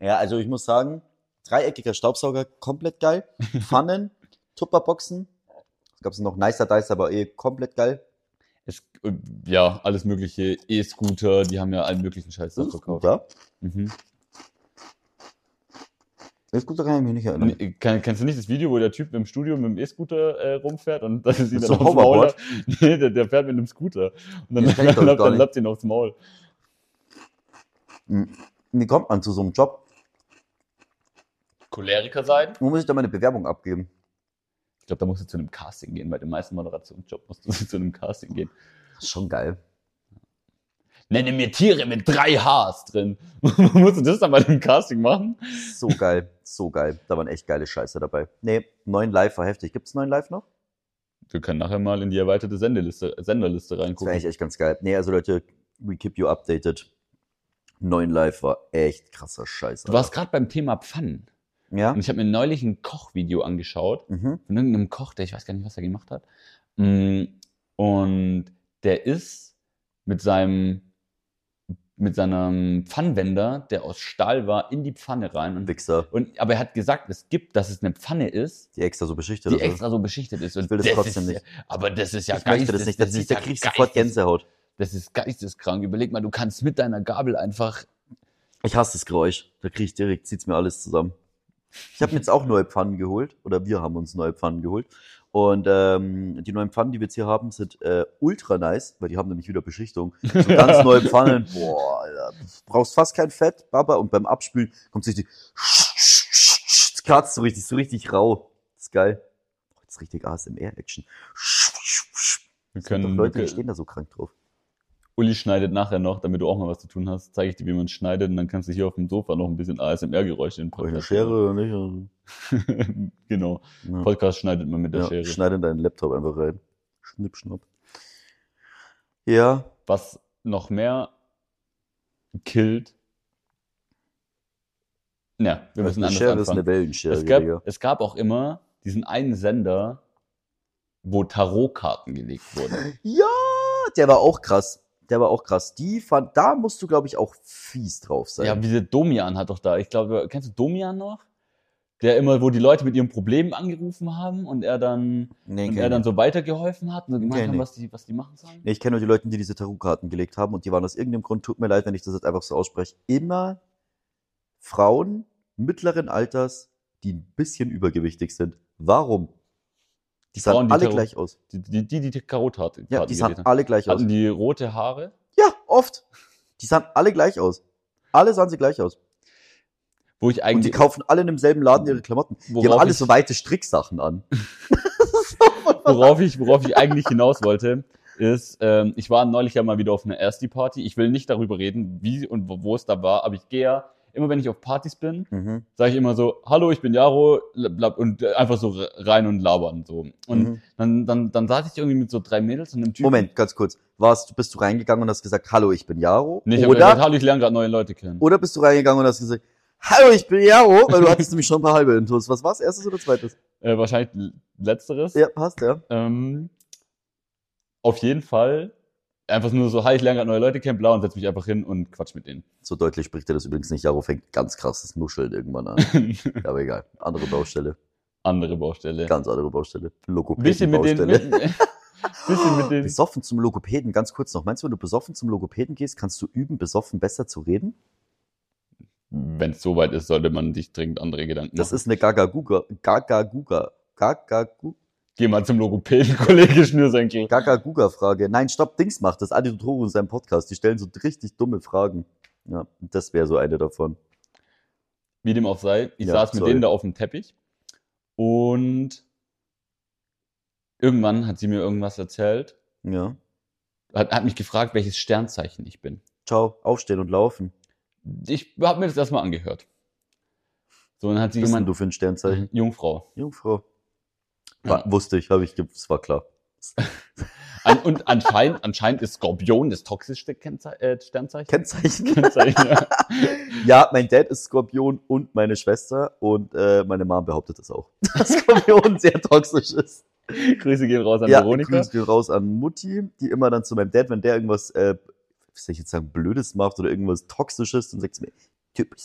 Speaker 3: Ja, also ich muss sagen, dreieckiger Staubsauger, komplett geil. Pfannen, Tupperboxen. Es gab noch Nicer Dice, aber eh komplett geil.
Speaker 2: es, äh, ja, alles mögliche, E-Scooter, die haben ja allen möglichen Scheiß da verkauft.
Speaker 3: Ja,
Speaker 2: Mhm.
Speaker 3: ist gut, da kann ich mich nicht erinnern.
Speaker 2: Nee, Kann, kennst du nicht das Video, wo der Typ im Studio mit dem E-Scooter äh, rumfährt und das ist ihm dann
Speaker 3: Mit so
Speaker 2: aufs
Speaker 3: einem
Speaker 2: Maul?
Speaker 3: Hoverboard?
Speaker 2: Nee, der, der fährt mit einem Scooter. Und dann,
Speaker 3: Das kenn ich,
Speaker 2: dann,
Speaker 3: glaub ich,
Speaker 2: dann,
Speaker 3: gar
Speaker 2: dann
Speaker 3: nicht.
Speaker 2: lappt ihn aufs Maul.
Speaker 3: Hm, Wie kommt man zu so einem Job?
Speaker 2: Choleriker sein?
Speaker 3: Wo muss ich da meine Bewerbung abgeben?
Speaker 2: Ich glaube, da musst du zu einem Casting gehen. Bei den meisten Moderationsjobs musst du zu einem Casting gehen.
Speaker 3: Das ist Schon geil.
Speaker 2: Nenne mir Tiere mit drei Hs drin. musst du das dann bei dem Casting machen?
Speaker 3: So geil, so geil. Da waren echt geile Scheiße dabei. Nee, neun Live war heftig. Gibt's neun Live noch?
Speaker 2: Wir können nachher mal in die erweiterte Sendeliste, Senderliste
Speaker 3: Das wäre
Speaker 2: reingucken.
Speaker 3: eigentlich echt ganz geil. Nee, also Leute, we keep you updated. Neun Live war echt krasser Scheiß.
Speaker 2: Du warst gerade beim Thema Pfannen.
Speaker 3: Alter. ja?
Speaker 2: Und ich habe mir neulich ein Kochvideo angeschaut.
Speaker 3: Mhm.
Speaker 2: von irgendeinem Koch, der ich weiß gar nicht, was er gemacht hat. Mm, Und der ist mit seinem mit seinem Pfannwender, der aus Stahl war, in die Pfanne rein. Und,
Speaker 3: Wichser,
Speaker 2: und aber er hat gesagt, es gibt, dass es eine Pfanne ist,
Speaker 3: die extra so beschichtet
Speaker 2: die
Speaker 3: oder so.
Speaker 2: extra so beschichtet ist. Und
Speaker 3: Ich will das trotzdem
Speaker 2: ist,
Speaker 3: nicht.
Speaker 2: Aber das ist ja
Speaker 3: ich möchte das
Speaker 2: geistes-
Speaker 3: nicht. Das
Speaker 2: ist
Speaker 3: da
Speaker 2: ja
Speaker 3: kriegst du sofort
Speaker 2: geistes-
Speaker 3: Gänsehaut.
Speaker 2: Das ist geisteskrank. Überleg mal, du kannst mit deiner Gabel einfach.
Speaker 3: Ich hasse das Geräusch. Da krieg ich direkt, zieht's mir alles zusammen. Ich habe mir jetzt auch neue Pfannen geholt. Oder wir haben uns neue Pfannen geholt. Und ähm, die neuen Pfannen, die wir jetzt hier haben, sind äh, ultra nice, weil die haben nämlich wieder Beschichtung. So ganz neue Pfannen. Boah, Alter. Brauchst fast kein Fett, Baba. Und beim Abspülen kommt richtig. Das kratzt so richtig, so richtig rau. Das ist geil. Das ist richtig ASMR-Action.
Speaker 2: Wir
Speaker 3: Doch
Speaker 2: können,
Speaker 3: Leute, die
Speaker 2: wir,
Speaker 3: stehen da so krank drauf.
Speaker 2: Uli schneidet nachher noch, damit du auch mal was zu tun hast. Zeige ich dir, wie man schneidet und dann kannst du hier auf dem Sofa noch ein bisschen ASMR-Geräusche in den
Speaker 3: Brauche ich eine
Speaker 2: Podcast
Speaker 3: Schere oder nicht? Also,
Speaker 2: genau.
Speaker 3: Ja.
Speaker 2: Podcast schneidet man mit der
Speaker 3: ja,
Speaker 2: Schere.
Speaker 3: Schneid in deinen Laptop einfach rein. Schnipp, schnapp. Ja,
Speaker 2: Was noch mehr killt. Na, wir müssen
Speaker 3: eine
Speaker 2: anders
Speaker 3: Schere ist eine
Speaker 2: anfangen.
Speaker 3: Wellenschere,
Speaker 2: es, gab,
Speaker 3: Digga.
Speaker 2: es gab auch immer diesen einen Sender, wo Tarotkarten gelegt wurden.
Speaker 3: Ja, der war auch krass. Der war auch krass. Die fand, da musst du, glaube ich, auch fies drauf sein.
Speaker 2: Ja, diese Domian hat doch da. Ich glaube, kennst du Domian noch? Der immer, wo die Leute mit ihren Problemen angerufen haben und er dann,
Speaker 3: nee,
Speaker 2: und
Speaker 3: kenn
Speaker 2: er dann
Speaker 3: ich.
Speaker 2: so weitergeholfen hat und so gemeint
Speaker 3: Kenn
Speaker 2: haben,
Speaker 3: ich.
Speaker 2: was die, was die machen sollen.
Speaker 3: nee, ich kenne nur die Leute, die diese Tarotkarten gelegt haben und die waren aus irgendeinem Grund, tut mir leid, wenn ich das jetzt einfach so ausspreche, immer Frauen mittleren Alters, die ein bisschen übergewichtig sind. Warum? Die sahen
Speaker 2: Frauen, die
Speaker 3: alle
Speaker 2: Tarot-
Speaker 3: gleich aus.
Speaker 2: Die, die, die, die Tarotkarten
Speaker 3: Ja, die
Speaker 2: gelegt
Speaker 3: sahen
Speaker 2: haben.
Speaker 3: alle gleich aus.
Speaker 2: Hatten die rote Haare?
Speaker 3: Ja, oft. Die sahen alle gleich aus. Alle sahen sie gleich aus.
Speaker 2: Wo ich
Speaker 3: Und die
Speaker 2: eigentlich.
Speaker 3: kaufen alle in demselben Laden ihre Klamotten. Die haben
Speaker 2: worauf
Speaker 3: alle
Speaker 2: ich-
Speaker 3: so weite Stricksachen an.
Speaker 2: worauf ich, worauf ich eigentlich hinaus wollte, ist, ähm, ich war neulich ja mal wieder auf einer Ersti-Party. Ich will nicht darüber reden, wie und wo, wo es da war, aber ich gehe ja, immer wenn ich auf Partys bin,
Speaker 3: Mhm.
Speaker 2: sage ich immer so, hallo, ich bin Jaro, blab, blab, und äh, einfach so re- rein und labern, so. Und
Speaker 3: Mhm.
Speaker 2: dann, dann, dann saß ich irgendwie mit so drei Mädels und einem Typen.
Speaker 3: Moment, ganz kurz. Warst, bist du reingegangen und hast gesagt, hallo, ich bin Jaro?
Speaker 2: Nee, ich hab gesagt,
Speaker 3: oder,
Speaker 2: hallo, ich lerne gerade neue Leute kennen.
Speaker 3: oder bist du reingegangen und hast gesagt, hallo, ich bin Jaro? Weil du hattest nämlich schon ein paar halbe Intos. Was war's? Erstes oder zweites?
Speaker 2: Äh, wahrscheinlich l- letzteres.
Speaker 3: Ja, passt, ja.
Speaker 2: Ähm, auf jeden Fall einfach nur so, hi, ich lerne gerade neue Leute kennen, bla, und setz mich einfach hin und quatsch mit denen.
Speaker 3: So deutlich spricht er das übrigens nicht. Jaro fängt ganz krasses Nuscheln irgendwann an. Ja, aber egal. Andere Baustelle.
Speaker 2: Andere Baustelle.
Speaker 3: Ganz andere Baustelle.
Speaker 2: Ein bisschen mit den,
Speaker 3: Logopäden-Baustelle.
Speaker 2: mit, bisschen mit den
Speaker 3: Besoffen zum Logopäden, ganz kurz noch. Meinst du, wenn du besoffen zum Logopäden gehst, kannst du üben, besoffen besser zu reden?
Speaker 2: wenn es soweit ist, sollte man sich dringend andere Gedanken
Speaker 3: Das
Speaker 2: machen.
Speaker 3: ist eine Gagaguga. Gagaguga. Gagagu-
Speaker 2: Geh mal zum Logopäden, Kollege Schnürsenkel.
Speaker 3: Gagaguga-Frage. Nein, stopp, Dings macht das. Adi Toro in seinem Podcast. Die stellen so richtig dumme Fragen. Ja, das wäre so eine davon.
Speaker 2: Wie dem auch sei, ich
Speaker 3: Ja,
Speaker 2: saß mit
Speaker 3: sorry.
Speaker 2: denen da auf dem Teppich und irgendwann hat sie mir irgendwas erzählt,
Speaker 3: Ja.
Speaker 2: hat, hat mich gefragt, welches Sternzeichen ich bin.
Speaker 3: Ciao, aufstehen und laufen.
Speaker 2: Ich habe mir das erstmal angehört. So, dann hat sie
Speaker 3: Was bist denn
Speaker 2: gemeint,
Speaker 3: du für ein
Speaker 2: Mhm.
Speaker 3: Sternzeichen?
Speaker 2: Jungfrau.
Speaker 3: Jungfrau.
Speaker 2: Ja.
Speaker 3: War, wusste ich, habe ich, ge- es war klar.
Speaker 2: An, und anscheinend, anscheinend ist Skorpion das toxischste Kennzei äh, Sternzeichen.
Speaker 3: Kennzeichen.
Speaker 2: Kennzeichen, ja.
Speaker 3: Ja, mein Dad ist Skorpion und meine Schwester und äh, meine Mom behauptet das auch, dass Skorpion sehr toxisch ist.
Speaker 2: Grüße gehen raus an
Speaker 3: ja,
Speaker 2: Veronika.
Speaker 3: Grüße gehen raus an Mutti, die immer dann zu meinem Dad, wenn der irgendwas, äh, was soll ich jetzt sagen, Blödes macht oder irgendwas Toxisches, dann sagt sie mir, typisch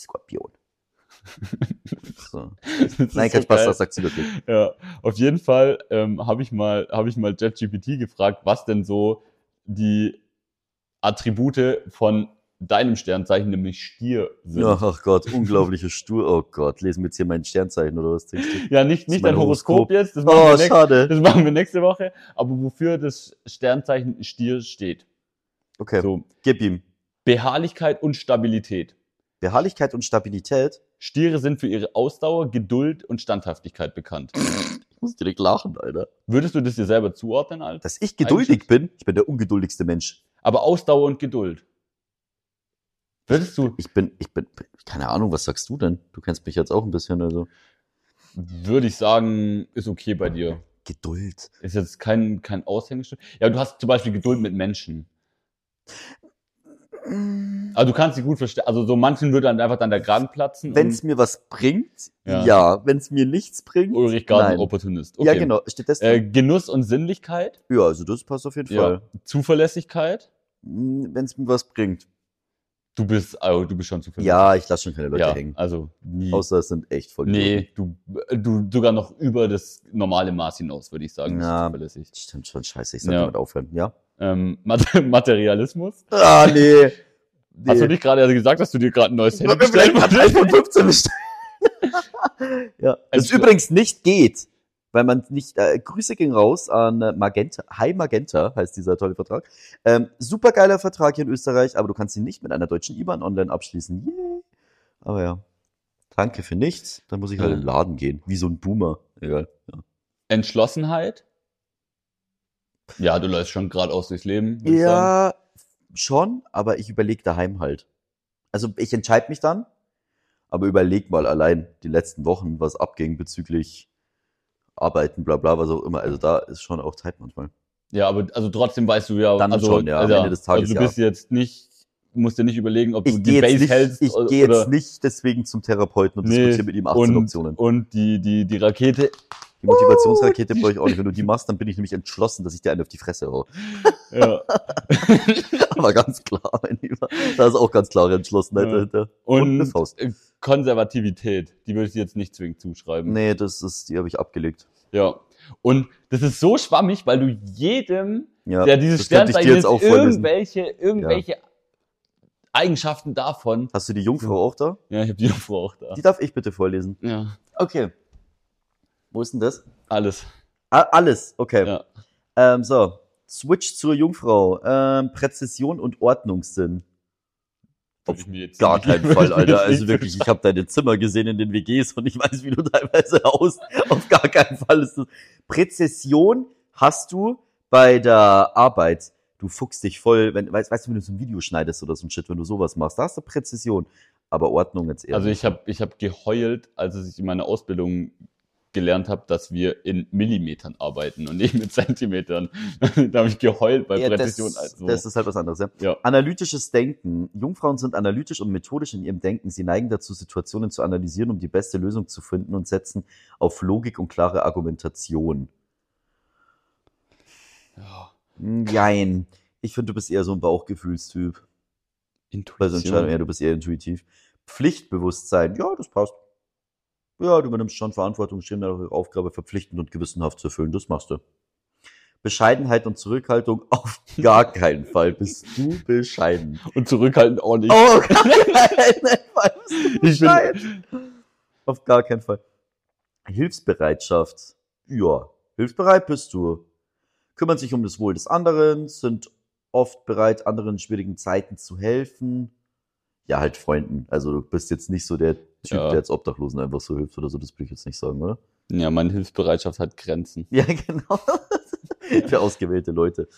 Speaker 3: Skorpion. so.
Speaker 2: Das ist
Speaker 3: Nein,
Speaker 2: so
Speaker 3: kein Spaß,
Speaker 2: geil.
Speaker 3: das sagt sie wirklich.
Speaker 2: Ja, auf jeden Fall ähm, habe ich mal, habe ich mal ChatGPT gefragt, was denn so die Attribute von deinem Sternzeichen, nämlich Stier, sind.
Speaker 3: Ja,
Speaker 2: Ja,
Speaker 3: ach Gott, unglaubliche Stur. Oh Gott, lesen wir jetzt hier mein Sternzeichen oder was denkst du?
Speaker 2: nicht,
Speaker 3: Das
Speaker 2: nicht
Speaker 3: ist mein
Speaker 2: dein Horoskop
Speaker 3: Horoskop.
Speaker 2: jetzt, das machen,
Speaker 3: Oh,
Speaker 2: wir nächste,
Speaker 3: schade.
Speaker 2: das machen wir nächste Woche, aber wofür das Sternzeichen Stier steht.
Speaker 3: Okay,
Speaker 2: So,
Speaker 3: gib ihm.
Speaker 2: Beharrlichkeit und Stabilität.
Speaker 3: Beharrlichkeit und Stabilität.
Speaker 2: Stiere sind für ihre Ausdauer, Geduld und Standhaftigkeit bekannt.
Speaker 3: Ich muss direkt lachen, Alter.
Speaker 2: Würdest du das dir selber zuordnen, Alter?
Speaker 3: Dass ich geduldig bin, ich bin der ungeduldigste Mensch.
Speaker 2: Aber Ausdauer und Geduld. Würdest du,
Speaker 3: Ich bin, ich bin, keine Ahnung, was sagst du denn? Du kennst mich jetzt auch ein bisschen, also.
Speaker 2: Würde ich sagen, ist okay bei dir.
Speaker 3: Geduld.
Speaker 2: Ist jetzt kein, kein Aushängeschild. Ja, du hast zum Beispiel Geduld mit Menschen.
Speaker 3: Wenn
Speaker 2: Also du kannst sie gut verstehen. Also so manchen würde dann einfach dann der Kragen platzen. und
Speaker 3: es mir was bringt,
Speaker 2: Mhm. Ja.
Speaker 3: ja. Wenn es mir nichts bringt,
Speaker 2: Ulrich Garten
Speaker 3: nein.
Speaker 2: Opportunist.
Speaker 3: Ja, genau. Steht das?
Speaker 2: Äh,
Speaker 3: drin?
Speaker 2: Genuss und Sinnlichkeit,
Speaker 3: ja, also das passt auf jeden
Speaker 2: ja.
Speaker 3: Fall.
Speaker 2: Zuverlässigkeit.
Speaker 3: Wenn es mir was bringt.
Speaker 2: Du bist, also du bist schon zuverlässig.
Speaker 3: Ja, ich lasse schon keine Leute
Speaker 2: ja
Speaker 3: hängen.
Speaker 2: also nie.
Speaker 3: Außer es sind echt voll.
Speaker 2: nee, du, äh, du sogar noch über das normale Maß hinaus, würde ich sagen. bist du
Speaker 3: Ja.
Speaker 2: Zuverlässig.
Speaker 3: Stimmt schon, scheiße, ich soll
Speaker 2: Ja.
Speaker 3: damit aufhören, ja?
Speaker 2: Ähm, Mate- Materialismus.
Speaker 3: Ah, nee. nee.
Speaker 2: Hast du nicht gerade gesagt, dass du dir gerade ein neues
Speaker 3: Ich
Speaker 2: Handy
Speaker 3: hab mir vielleicht
Speaker 2: bestellt
Speaker 3: mal ein
Speaker 2: hast?
Speaker 3: iPhone 15 bestellt. ja. Das
Speaker 2: Also-
Speaker 3: übrigens nicht geht, weil man nicht, äh, Grüße gehen raus an äh, Magenta, Hi Magenta heißt dieser tolle Vertrag. Ähm, supergeiler Vertrag hier in Österreich, aber du kannst ihn nicht mit einer deutschen IBAN online abschließen. Yay. Aber ja. Danke für nichts. Dann muss ich halt
Speaker 2: Ja.
Speaker 3: in den Laden gehen. Wie so ein Boomer. Egal. Ja.
Speaker 2: Entschlossenheit. Ja, du läufst schon geradeaus durchs Leben. würd ich sagen.
Speaker 3: Ja, schon, aber ich überlege daheim halt. Also ich entscheide mich dann, aber überleg mal allein die letzten Wochen, was abging bezüglich Arbeiten, bla bla, was auch immer. Also da ist schon auch Zeit manchmal.
Speaker 2: Ja, aber also trotzdem weißt du ja,
Speaker 3: Dann
Speaker 2: also,
Speaker 3: schon, ja, am
Speaker 2: also,
Speaker 3: Ende des Tages,
Speaker 2: also du bist jetzt nicht, musst dir nicht überlegen, ob du
Speaker 3: Ich
Speaker 2: die
Speaker 3: gehe
Speaker 2: Base
Speaker 3: jetzt, nicht,
Speaker 2: hältst
Speaker 3: ich
Speaker 2: oder-
Speaker 3: geh jetzt
Speaker 2: oder-
Speaker 3: nicht deswegen zum Therapeuten und
Speaker 2: Nee,
Speaker 3: diskutiere mit ihm 18
Speaker 2: und,
Speaker 3: Optionen.
Speaker 2: Und die, die, die Rakete.
Speaker 3: Die Motivationsrakete
Speaker 2: Oh,
Speaker 3: brauche ich auch nicht. Wenn du die machst, dann bin ich nämlich entschlossen, dass ich dir eine auf die Fresse hau.
Speaker 2: Ja.
Speaker 3: Aber ganz klar, mein Lieber. Da ist auch ganz klare Entschlossenheit
Speaker 2: Ja.
Speaker 3: dahinter.
Speaker 2: Und
Speaker 3: eine Faust.
Speaker 2: äh, Konservativität, die würde ich dir jetzt nicht zwingend zuschreiben.
Speaker 3: Nee, das ist, die habe ich abgelegt.
Speaker 2: Ja. Und das ist so schwammig, weil du jedem,
Speaker 3: Ja,
Speaker 2: der dieses
Speaker 3: das könnte ich
Speaker 2: Sternzeichen
Speaker 3: dir
Speaker 2: ist,
Speaker 3: jetzt auch vorlesen.
Speaker 2: irgendwelche, irgendwelche Eigenschaften davon.
Speaker 3: Hast du die Jungfrau auch da?
Speaker 2: Ja, ich habe die Frau auch da.
Speaker 3: Die darf ich bitte vorlesen.
Speaker 2: Ja.
Speaker 3: Okay. Wo ist denn das?
Speaker 2: Alles.
Speaker 3: Ah, alles, okay.
Speaker 2: Ja.
Speaker 3: Ähm, so, Switch zur Jungfrau. Ähm, Präzision und Ordnungssinn.
Speaker 2: Würde ich mir jetzt
Speaker 3: Gar
Speaker 2: nicht-
Speaker 3: keinen
Speaker 2: würde
Speaker 3: Fall,
Speaker 2: ich mir
Speaker 3: Alter.
Speaker 2: jetzt
Speaker 3: Also
Speaker 2: nicht
Speaker 3: wirklich, ich habe deine Zimmer gesehen in den WGs und ich weiß, wie du teilweise aus. Auf gar keinen Fall ist das. Präzession hast du bei der Arbeit. Du fuchst dich voll, wenn, weißt, weißt du, wenn du so ein Video schneidest oder so ein Shit, wenn du sowas machst, da hast du Präzision. Aber Ordnung jetzt eher.
Speaker 2: Also ich habe ich hab geheult, als ich in meiner Ausbildung gelernt habe, dass wir in Millimetern arbeiten und nicht mit Zentimetern. da habe ich geheult bei
Speaker 3: ja,
Speaker 2: Präzision.
Speaker 3: das,
Speaker 2: also,
Speaker 3: das ist halt was anderes, ja.
Speaker 2: ja.
Speaker 3: Analytisches Denken. Jungfrauen sind analytisch und methodisch in ihrem Denken. Sie neigen dazu, Situationen zu analysieren, um die beste Lösung zu finden und setzen auf Logik und klare Argumentation.
Speaker 2: ja.
Speaker 3: Nein. Ich finde, du bist eher so ein Bauchgefühlstyp. Bei so Entscheidungen, ja,
Speaker 2: Intuition.
Speaker 3: du bist eher intuitiv. Pflichtbewusstsein, ja, das passt. Ja, du übernimmst schon Verantwortung, stehen deine Aufgabe verpflichtend und gewissenhaft zu erfüllen, das machst du. Bescheidenheit und Zurückhaltung, auf gar keinen Fall bist du bescheiden.
Speaker 2: Und zurückhaltend auch nicht.
Speaker 3: Oh, auf gar keinen Fall bist du
Speaker 2: ich bin,
Speaker 3: bescheiden. Auf gar keinen Fall. Hilfsbereitschaft. Ja, hilfsbereit bist du. Kümmern sich um das Wohl des anderen, sind oft bereit, anderen in schwierigen Zeiten zu helfen. Ja, halt Freunden. Also du bist jetzt nicht so der Typ,
Speaker 2: Ja.
Speaker 3: der jetzt Obdachlosen einfach so hilft oder so. Das würde ich jetzt nicht sagen, oder?
Speaker 2: ja, meine Hilfsbereitschaft hat Grenzen.
Speaker 3: Ja, genau. Für ausgewählte Leute.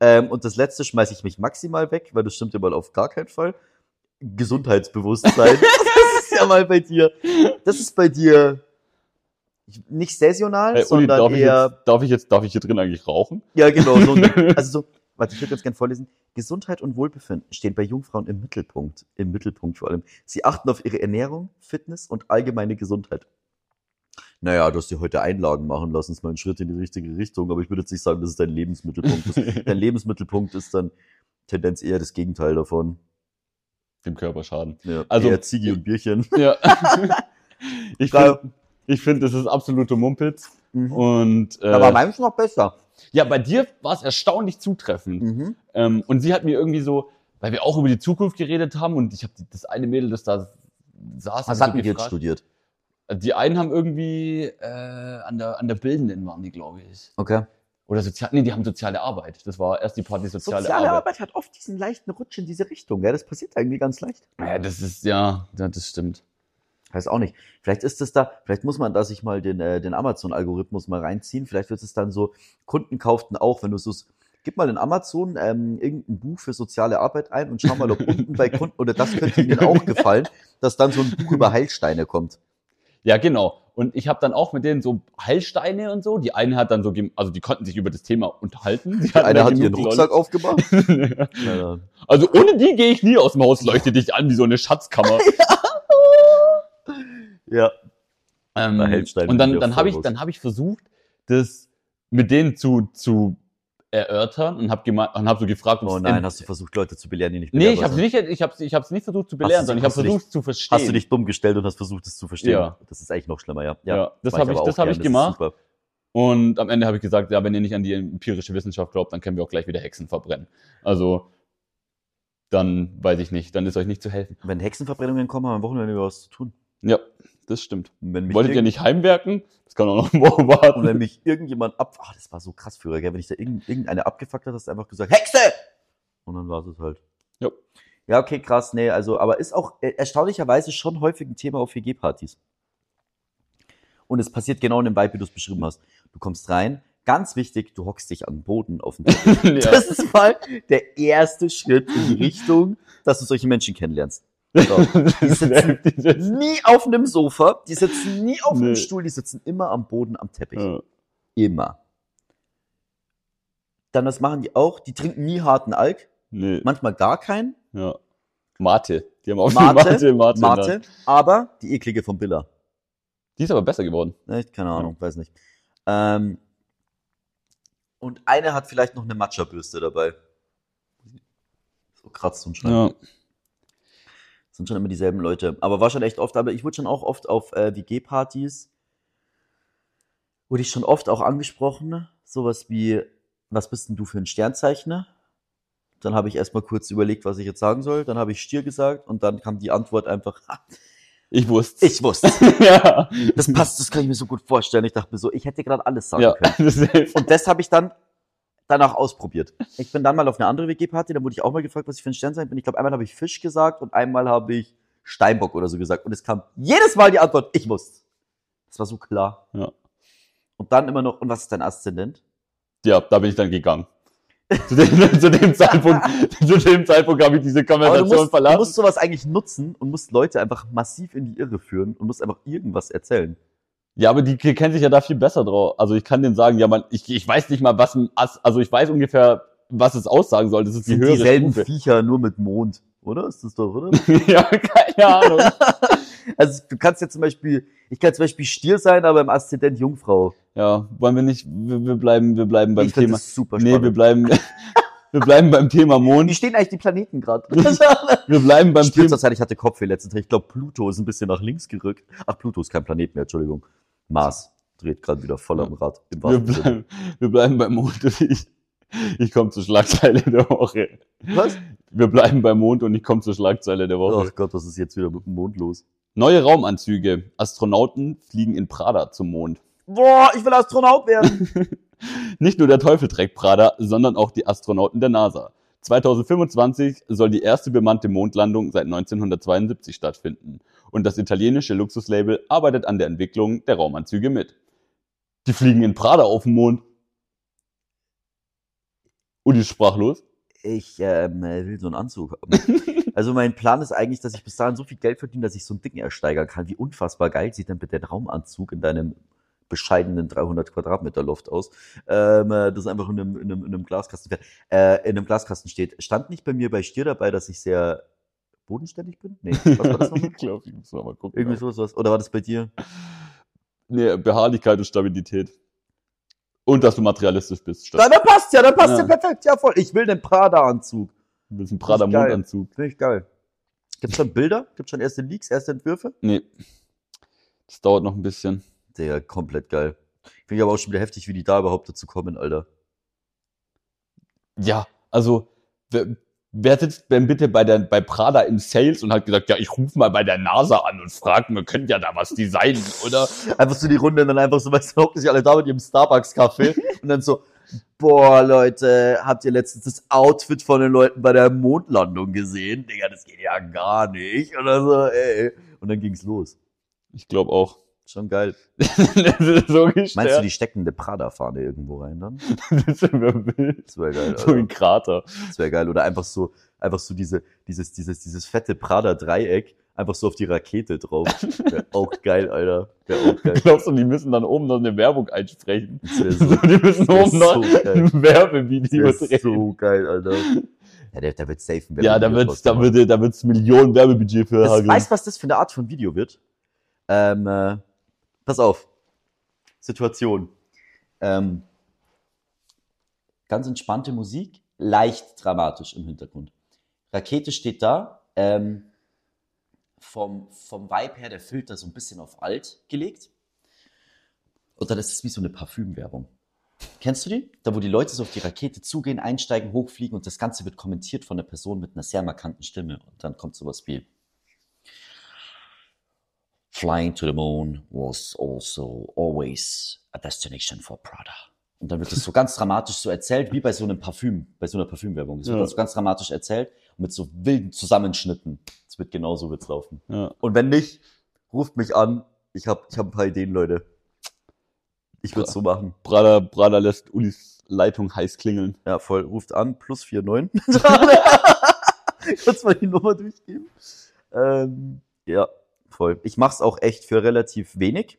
Speaker 3: Ähm, und das letzte schmeiße ich mich maximal weg, weil das stimmt ja mal auf gar keinen Fall. Gesundheitsbewusstsein. das ist ja mal bei dir. Das ist bei dir nicht saisonal,
Speaker 2: Hey, Uli,
Speaker 3: sondern
Speaker 2: darf ich,
Speaker 3: eher.
Speaker 2: jetzt, darf, ich jetzt, darf ich hier drin eigentlich rauchen?
Speaker 3: Ja, genau. So, also so, warte, ich würde ganz gerne vorlesen. Gesundheit und Wohlbefinden stehen bei Jungfrauen im Mittelpunkt. Im Mittelpunkt vor allem. Sie achten auf ihre Ernährung, Fitness und allgemeine Gesundheit. Naja, du hast dir heute Einlagen machen lassen, ist mal ein Schritt in die richtige Richtung, aber ich würde jetzt nicht sagen, das ist dein Lebensmittelpunkt. Das, dein Lebensmittelpunkt ist dann Tendenz eher das Gegenteil davon.
Speaker 2: Dem Körper schaden.
Speaker 3: Ja,
Speaker 2: Also-
Speaker 3: also, eher Ziege und Bierchen.
Speaker 2: Ja. ich
Speaker 3: Geil.
Speaker 2: finde, ich find, das ist absolute Mumpitz.
Speaker 3: Mhm.
Speaker 2: Und, äh,
Speaker 3: Aber meinem ist noch besser.
Speaker 2: ja, bei dir war es erstaunlich zutreffend.
Speaker 3: Mhm.
Speaker 2: Ähm, und sie hat mir irgendwie so, weil wir auch über die Zukunft geredet haben und ich habe das eine Mädel, das da saß,
Speaker 3: Was
Speaker 2: hab
Speaker 3: hatten
Speaker 2: ich
Speaker 3: wir jetzt
Speaker 2: gefragt.
Speaker 3: studiert?
Speaker 2: Die einen haben irgendwie äh, an, der, an der Bildenden waren die, glaube ich.
Speaker 3: Okay.
Speaker 2: Oder sozial, nee, die haben soziale Arbeit. Das war erst die Party soziale,
Speaker 3: Soziale,
Speaker 2: Arbeit.
Speaker 3: Arbeit hat oft diesen leichten Rutsch in diese Richtung. Ja, das passiert irgendwie ganz leicht.
Speaker 2: Ja, das ist, ja, ja, das stimmt.
Speaker 3: Weiß auch nicht. Vielleicht ist es da, vielleicht muss man da sich mal den, äh, den Amazon-Algorithmus mal reinziehen. Vielleicht wird es dann so, Kunden kauften auch, wenn du so, gib mal in Amazon ähm, irgendein Buch für soziale Arbeit ein und schau mal, ob unten bei Kunden, oder das könnte ihnen auch gefallen, dass dann so ein Buch über Heilsteine kommt.
Speaker 2: Ja, genau. Und ich habe dann auch mit denen so Heilsteine und so. Die eine hat dann so, gem- also die konnten sich über das Thema unterhalten. Die hatten
Speaker 3: Einer
Speaker 2: dann
Speaker 3: hat
Speaker 2: genug
Speaker 3: ihren Rucksack aufgemacht.
Speaker 2: Lollis.
Speaker 3: Na, na.
Speaker 2: also ohne die gehe ich nie aus dem Haus, leuchte dich an wie so eine Schatzkammer.
Speaker 3: Ja.
Speaker 2: Ähm,
Speaker 3: Da hält Stein
Speaker 2: und
Speaker 3: mit
Speaker 2: dann,
Speaker 3: dir
Speaker 2: dann
Speaker 3: voll
Speaker 2: habe ich,
Speaker 3: los.
Speaker 2: dann hab ich versucht, das mit denen zu, zu erörtern und habe hab so gefragt,
Speaker 3: Oh
Speaker 2: ob's
Speaker 3: nein,
Speaker 2: in-
Speaker 3: hast du versucht, Leute zu belehren, die nicht
Speaker 2: Nee, ich habe
Speaker 3: belehrbar
Speaker 2: nicht, ich hab's, ich hab's nicht versucht zu belehren,
Speaker 3: du-
Speaker 2: sondern ich habe
Speaker 3: hast du dich-
Speaker 2: versucht zu verstehen.
Speaker 3: Hast du dich dumm gestellt und hast versucht, es zu verstehen.
Speaker 2: Ja.
Speaker 3: Das ist eigentlich noch schlimmer, ja.
Speaker 2: Ja, das
Speaker 3: mach
Speaker 2: habe ich,
Speaker 3: aber
Speaker 2: das
Speaker 3: auch
Speaker 2: hab
Speaker 3: gern,
Speaker 2: ich
Speaker 3: das ist
Speaker 2: gemacht.
Speaker 3: super.
Speaker 2: Und am Ende habe ich gesagt, ja, wenn ihr nicht an die empirische Wissenschaft glaubt, dann können wir auch gleich wieder Hexen verbrennen. Also, dann weiß ich nicht, dann ist euch nicht zu helfen.
Speaker 3: Wenn Hexenverbrennungen kommen, haben wir am Wochenende wieder was zu tun.
Speaker 2: Ja, das stimmt.
Speaker 3: Und Wenn mich
Speaker 2: Wolltet ihr
Speaker 3: irgend-
Speaker 2: nicht heimwerken? Das kann auch noch eine Woche
Speaker 3: Und wenn
Speaker 2: warten.
Speaker 3: mich irgendjemand ab... Ah, das war so krass früher, gell? Wenn ich da irgend- irgendeine abgefuckt hat, hast du einfach gesagt, Hexe! Und dann war es halt.
Speaker 2: Ja.
Speaker 3: Ja, okay, krass, nee, also, aber ist auch äh, erstaunlicherweise schon häufig ein Thema auf WG-Partys. Und es passiert genau in dem Vibe, wie du es beschrieben hast. Du kommst rein, ganz wichtig, du hockst dich am Boden auf den Tisch.
Speaker 2: ja.
Speaker 3: Das ist mal der erste Schritt in die Richtung, dass du solche Menschen kennenlernst. So. Die sitzen nie auf einem Sofa, die sitzen nie auf
Speaker 2: Nee.
Speaker 3: einem Stuhl, die sitzen immer am Boden am Teppich.
Speaker 2: Ja.
Speaker 3: Immer. Dann was machen die auch? Die trinken nie harten Alk,
Speaker 2: Nee.
Speaker 3: manchmal gar keinen.
Speaker 2: Ja. Mate. Die haben auch viel
Speaker 3: Mate,
Speaker 2: Mate, Mate.
Speaker 3: Mate,
Speaker 2: Mate.
Speaker 3: aber die eklige vom Billa.
Speaker 2: Die ist aber besser geworden.
Speaker 3: Echt? Keine Ahnung, weiß nicht. Ähm, und eine hat vielleicht noch eine Matcha-Bürste dabei. So kratzt und schneidet. Sind schon immer dieselben Leute. Aber war schon echt oft, aber ich wurde schon auch oft auf äh, WG-Partys, wurde ich schon oft auch angesprochen, sowas wie, was bist denn du für ein Sternzeichen? Dann habe ich erstmal kurz überlegt, was ich jetzt sagen soll. Dann habe ich Stier gesagt und dann kam die Antwort einfach, "Ha,
Speaker 2: Ich wusste.
Speaker 3: ich wusste.
Speaker 2: ja.
Speaker 3: Das passt, das kann ich mir so gut vorstellen. Ich dachte mir so, ich hätte gerade alles sagen
Speaker 2: ja.
Speaker 3: können.
Speaker 2: Das ist-
Speaker 3: Und das habe ich dann, danach ausprobiert. Ich bin dann mal auf eine andere WG-Party, da wurde ich auch mal gefragt, was ich für ein Sternzeichen bin. Ich glaube, einmal habe ich Fisch gesagt und einmal habe ich Steinbock oder so gesagt. Und es kam jedes Mal die Antwort, ich muss. Das war so klar.
Speaker 2: Ja.
Speaker 3: Und dann immer noch, und was ist dein Aszendent?
Speaker 2: Ja, da bin ich dann gegangen. Zu dem, zu dem Zeitpunkt, zu dem Zeitpunkt habe ich diese
Speaker 3: Aber du
Speaker 2: Konversation
Speaker 3: musst, du
Speaker 2: verlassen.
Speaker 3: musst sowas eigentlich nutzen und musst Leute einfach massiv in die Irre führen und musst einfach irgendwas erzählen.
Speaker 2: Ja, aber die k- kennen sich ja da viel besser drauf. Also ich kann denen sagen, ja, man, ich, ich weiß nicht mal, was ein Ass, also ich weiß ungefähr, was es aussagen soll. Das ist die
Speaker 3: Sind
Speaker 2: höhere
Speaker 3: dieselben
Speaker 2: Stufe.
Speaker 3: Viecher nur mit Mond, oder? Ist das doch, oder?
Speaker 2: ja, keine Ahnung.
Speaker 3: Also du kannst ja zum Beispiel, ich kann zum Beispiel Stier sein, aber im Aszendent Jungfrau.
Speaker 2: ja, wollen wir nicht, wir, wir bleiben, wir bleiben beim
Speaker 3: ich finde
Speaker 2: Thema.
Speaker 3: das super
Speaker 2: Nee,
Speaker 3: spannend.
Speaker 2: wir bleiben, wir bleiben beim Thema
Speaker 3: Wie
Speaker 2: Mond.
Speaker 3: stehen eigentlich die Planeten gerade?
Speaker 2: Wir bleiben beim Thema.
Speaker 3: Zeit, ich hatte Kopfweh letzten Tag. Ich glaube, Pluto ist ein bisschen nach links gerückt. Ach, Pluto ist kein Planet mehr, Entschuldigung. Mars dreht gerade wieder voll am Rad.
Speaker 2: Wir
Speaker 3: Im wahrsten Sinne.
Speaker 2: bleiben, wir bleiben beim Mond. und Ich, ich komme zur Schlagzeile der Woche.
Speaker 3: Was?
Speaker 2: Wir bleiben beim Mond und ich komme zur Schlagzeile der Woche.
Speaker 3: Ach Gott, was ist jetzt wieder mit dem Mond los?
Speaker 2: Neue Raumanzüge. Astronauten fliegen in Prada zum Mond.
Speaker 3: Boah, ich will Astronaut werden.
Speaker 2: Nicht nur der Teufel trägt Prada, sondern auch die Astronauten der NASA. 2025 soll die erste bemannte Mondlandung seit 1972 stattfinden. Und das italienische Luxuslabel arbeitet an der Entwicklung der Raumanzüge mit. Die fliegen in Prada auf den Mond. Uli ist sprachlos.
Speaker 3: Ich ähm, will so einen Anzug haben. Also mein Plan ist eigentlich, dass ich bis dahin so viel Geld verdiene, dass ich so ein Ding ersteigern kann. Wie unfassbar geil sieht denn bitte ein Raumanzug in deinem bescheidenen 300 Quadratmeter Loft aus, ähm, äh, das einfach in einem, in einem, in einem Glaskasten äh, in einem Glaskasten steht. Stand nicht bei mir bei Stier dabei, dass ich sehr bodenständig bin? Nee, was war das nochmal?
Speaker 2: ich glaube, ich muss noch mal gucken.
Speaker 3: Irgendwie sowas, sowas. Oder war das bei dir?
Speaker 2: Nee, Beharrlichkeit und Stabilität. Und dass du materialistisch bist.
Speaker 3: Dann,
Speaker 2: Statt
Speaker 3: dann passt ja, dann passt ja.
Speaker 2: Ja.
Speaker 3: perfekt. Ja, voll. Ich will den Prada-Anzug.
Speaker 2: du bist ein
Speaker 3: Ist geil.
Speaker 2: Prada-Mondanzug.
Speaker 3: Finde ich geil. Gibt's schon Bilder? Gibt's schon erste Leaks, erste Entwürfe?
Speaker 2: Nee. Das dauert noch ein bisschen.
Speaker 3: Digga, komplett geil. Finde ich aber auch schon wieder heftig, wie die da überhaupt dazu kommen, Alter.
Speaker 2: Ja, also wer, wer sitzt denn bitte bei, der, bei Prada im Sales und hat gesagt, ja, ich rufe mal bei der NASA an und frage, wir können ja da was designen, oder?
Speaker 3: Einfach so die Runde und dann einfach so, weißt du, hocken sich alle da mit ihrem Starbucks-Kaffee und dann so, boah, Leute, habt ihr letztens das Outfit von den Leuten bei der Mondlandung gesehen? Digga, das geht ja gar nicht. Oder so, ey. Und dann ging's los.
Speaker 2: Ich glaube auch.
Speaker 3: Schon geil.
Speaker 2: das ist so gestört.
Speaker 3: Meinst du, die stecken eine Prada-Fahne irgendwo rein dann?
Speaker 2: die? Das ist immer wild.
Speaker 3: Das wäre geil.
Speaker 2: So
Speaker 3: Alter.
Speaker 2: ein Krater.
Speaker 3: Das wäre geil. Oder einfach so, einfach so diese, dieses, dieses, dieses fette Prada-Dreieck, einfach so auf die Rakete drauf. Wäre auch geil, Alter. Wäre auch geil.
Speaker 2: Glaubst du, die müssen dann oben noch eine Werbung einsprechen?
Speaker 3: Das wäre
Speaker 2: So,
Speaker 3: so,
Speaker 2: die müssen
Speaker 3: das ist
Speaker 2: oben noch
Speaker 3: so geil.
Speaker 2: ein Werbevideo
Speaker 3: das wär
Speaker 2: drehen.
Speaker 3: so geil, Alter. Ja, der, der wird safe ein
Speaker 2: ja, da
Speaker 3: Werbevideo
Speaker 2: wird's,
Speaker 3: draus
Speaker 2: da
Speaker 3: machen.
Speaker 2: wird, da wird's Millionen Werbebudget für
Speaker 3: Das,
Speaker 2: haben.
Speaker 3: weißt du, was das für eine Art von Video wird? Ähm, äh, pass auf. Situation. Ähm, ganz entspannte Musik, leicht dramatisch im Hintergrund. Rakete steht da. Ähm, vom, vom Vibe her der Filter so ein bisschen auf alt gelegt. Und dann ist es wie so eine Parfümwerbung. Kennst du die? Da, wo die Leute so auf die Rakete zugehen, einsteigen, hochfliegen und das Ganze wird kommentiert von einer Person mit einer sehr markanten Stimme. Und dann kommt sowas wie Flying to the Moon was also always a destination for Prada. Und dann wird das so ganz dramatisch so erzählt, wie bei so einem Parfüm, bei so einer Parfümwerbung. Es wird
Speaker 2: Ja.
Speaker 3: dann so ganz dramatisch erzählt und mit so wilden Zusammenschnitten. Es wird genauso wird's laufen.
Speaker 2: Ja.
Speaker 3: Und wenn nicht, ruft mich an. Ich habe ich hab ein paar Ideen, Leute. Ich würde
Speaker 2: Bra-
Speaker 3: so machen.
Speaker 2: Prada, Prada lässt Ulis Leitung heiß klingeln.
Speaker 3: Ja, voll. Ruft an, plus 49. Kannst mal die Nummer durchgeben? Ähm, ja, voll. Ich mach's auch echt für relativ wenig.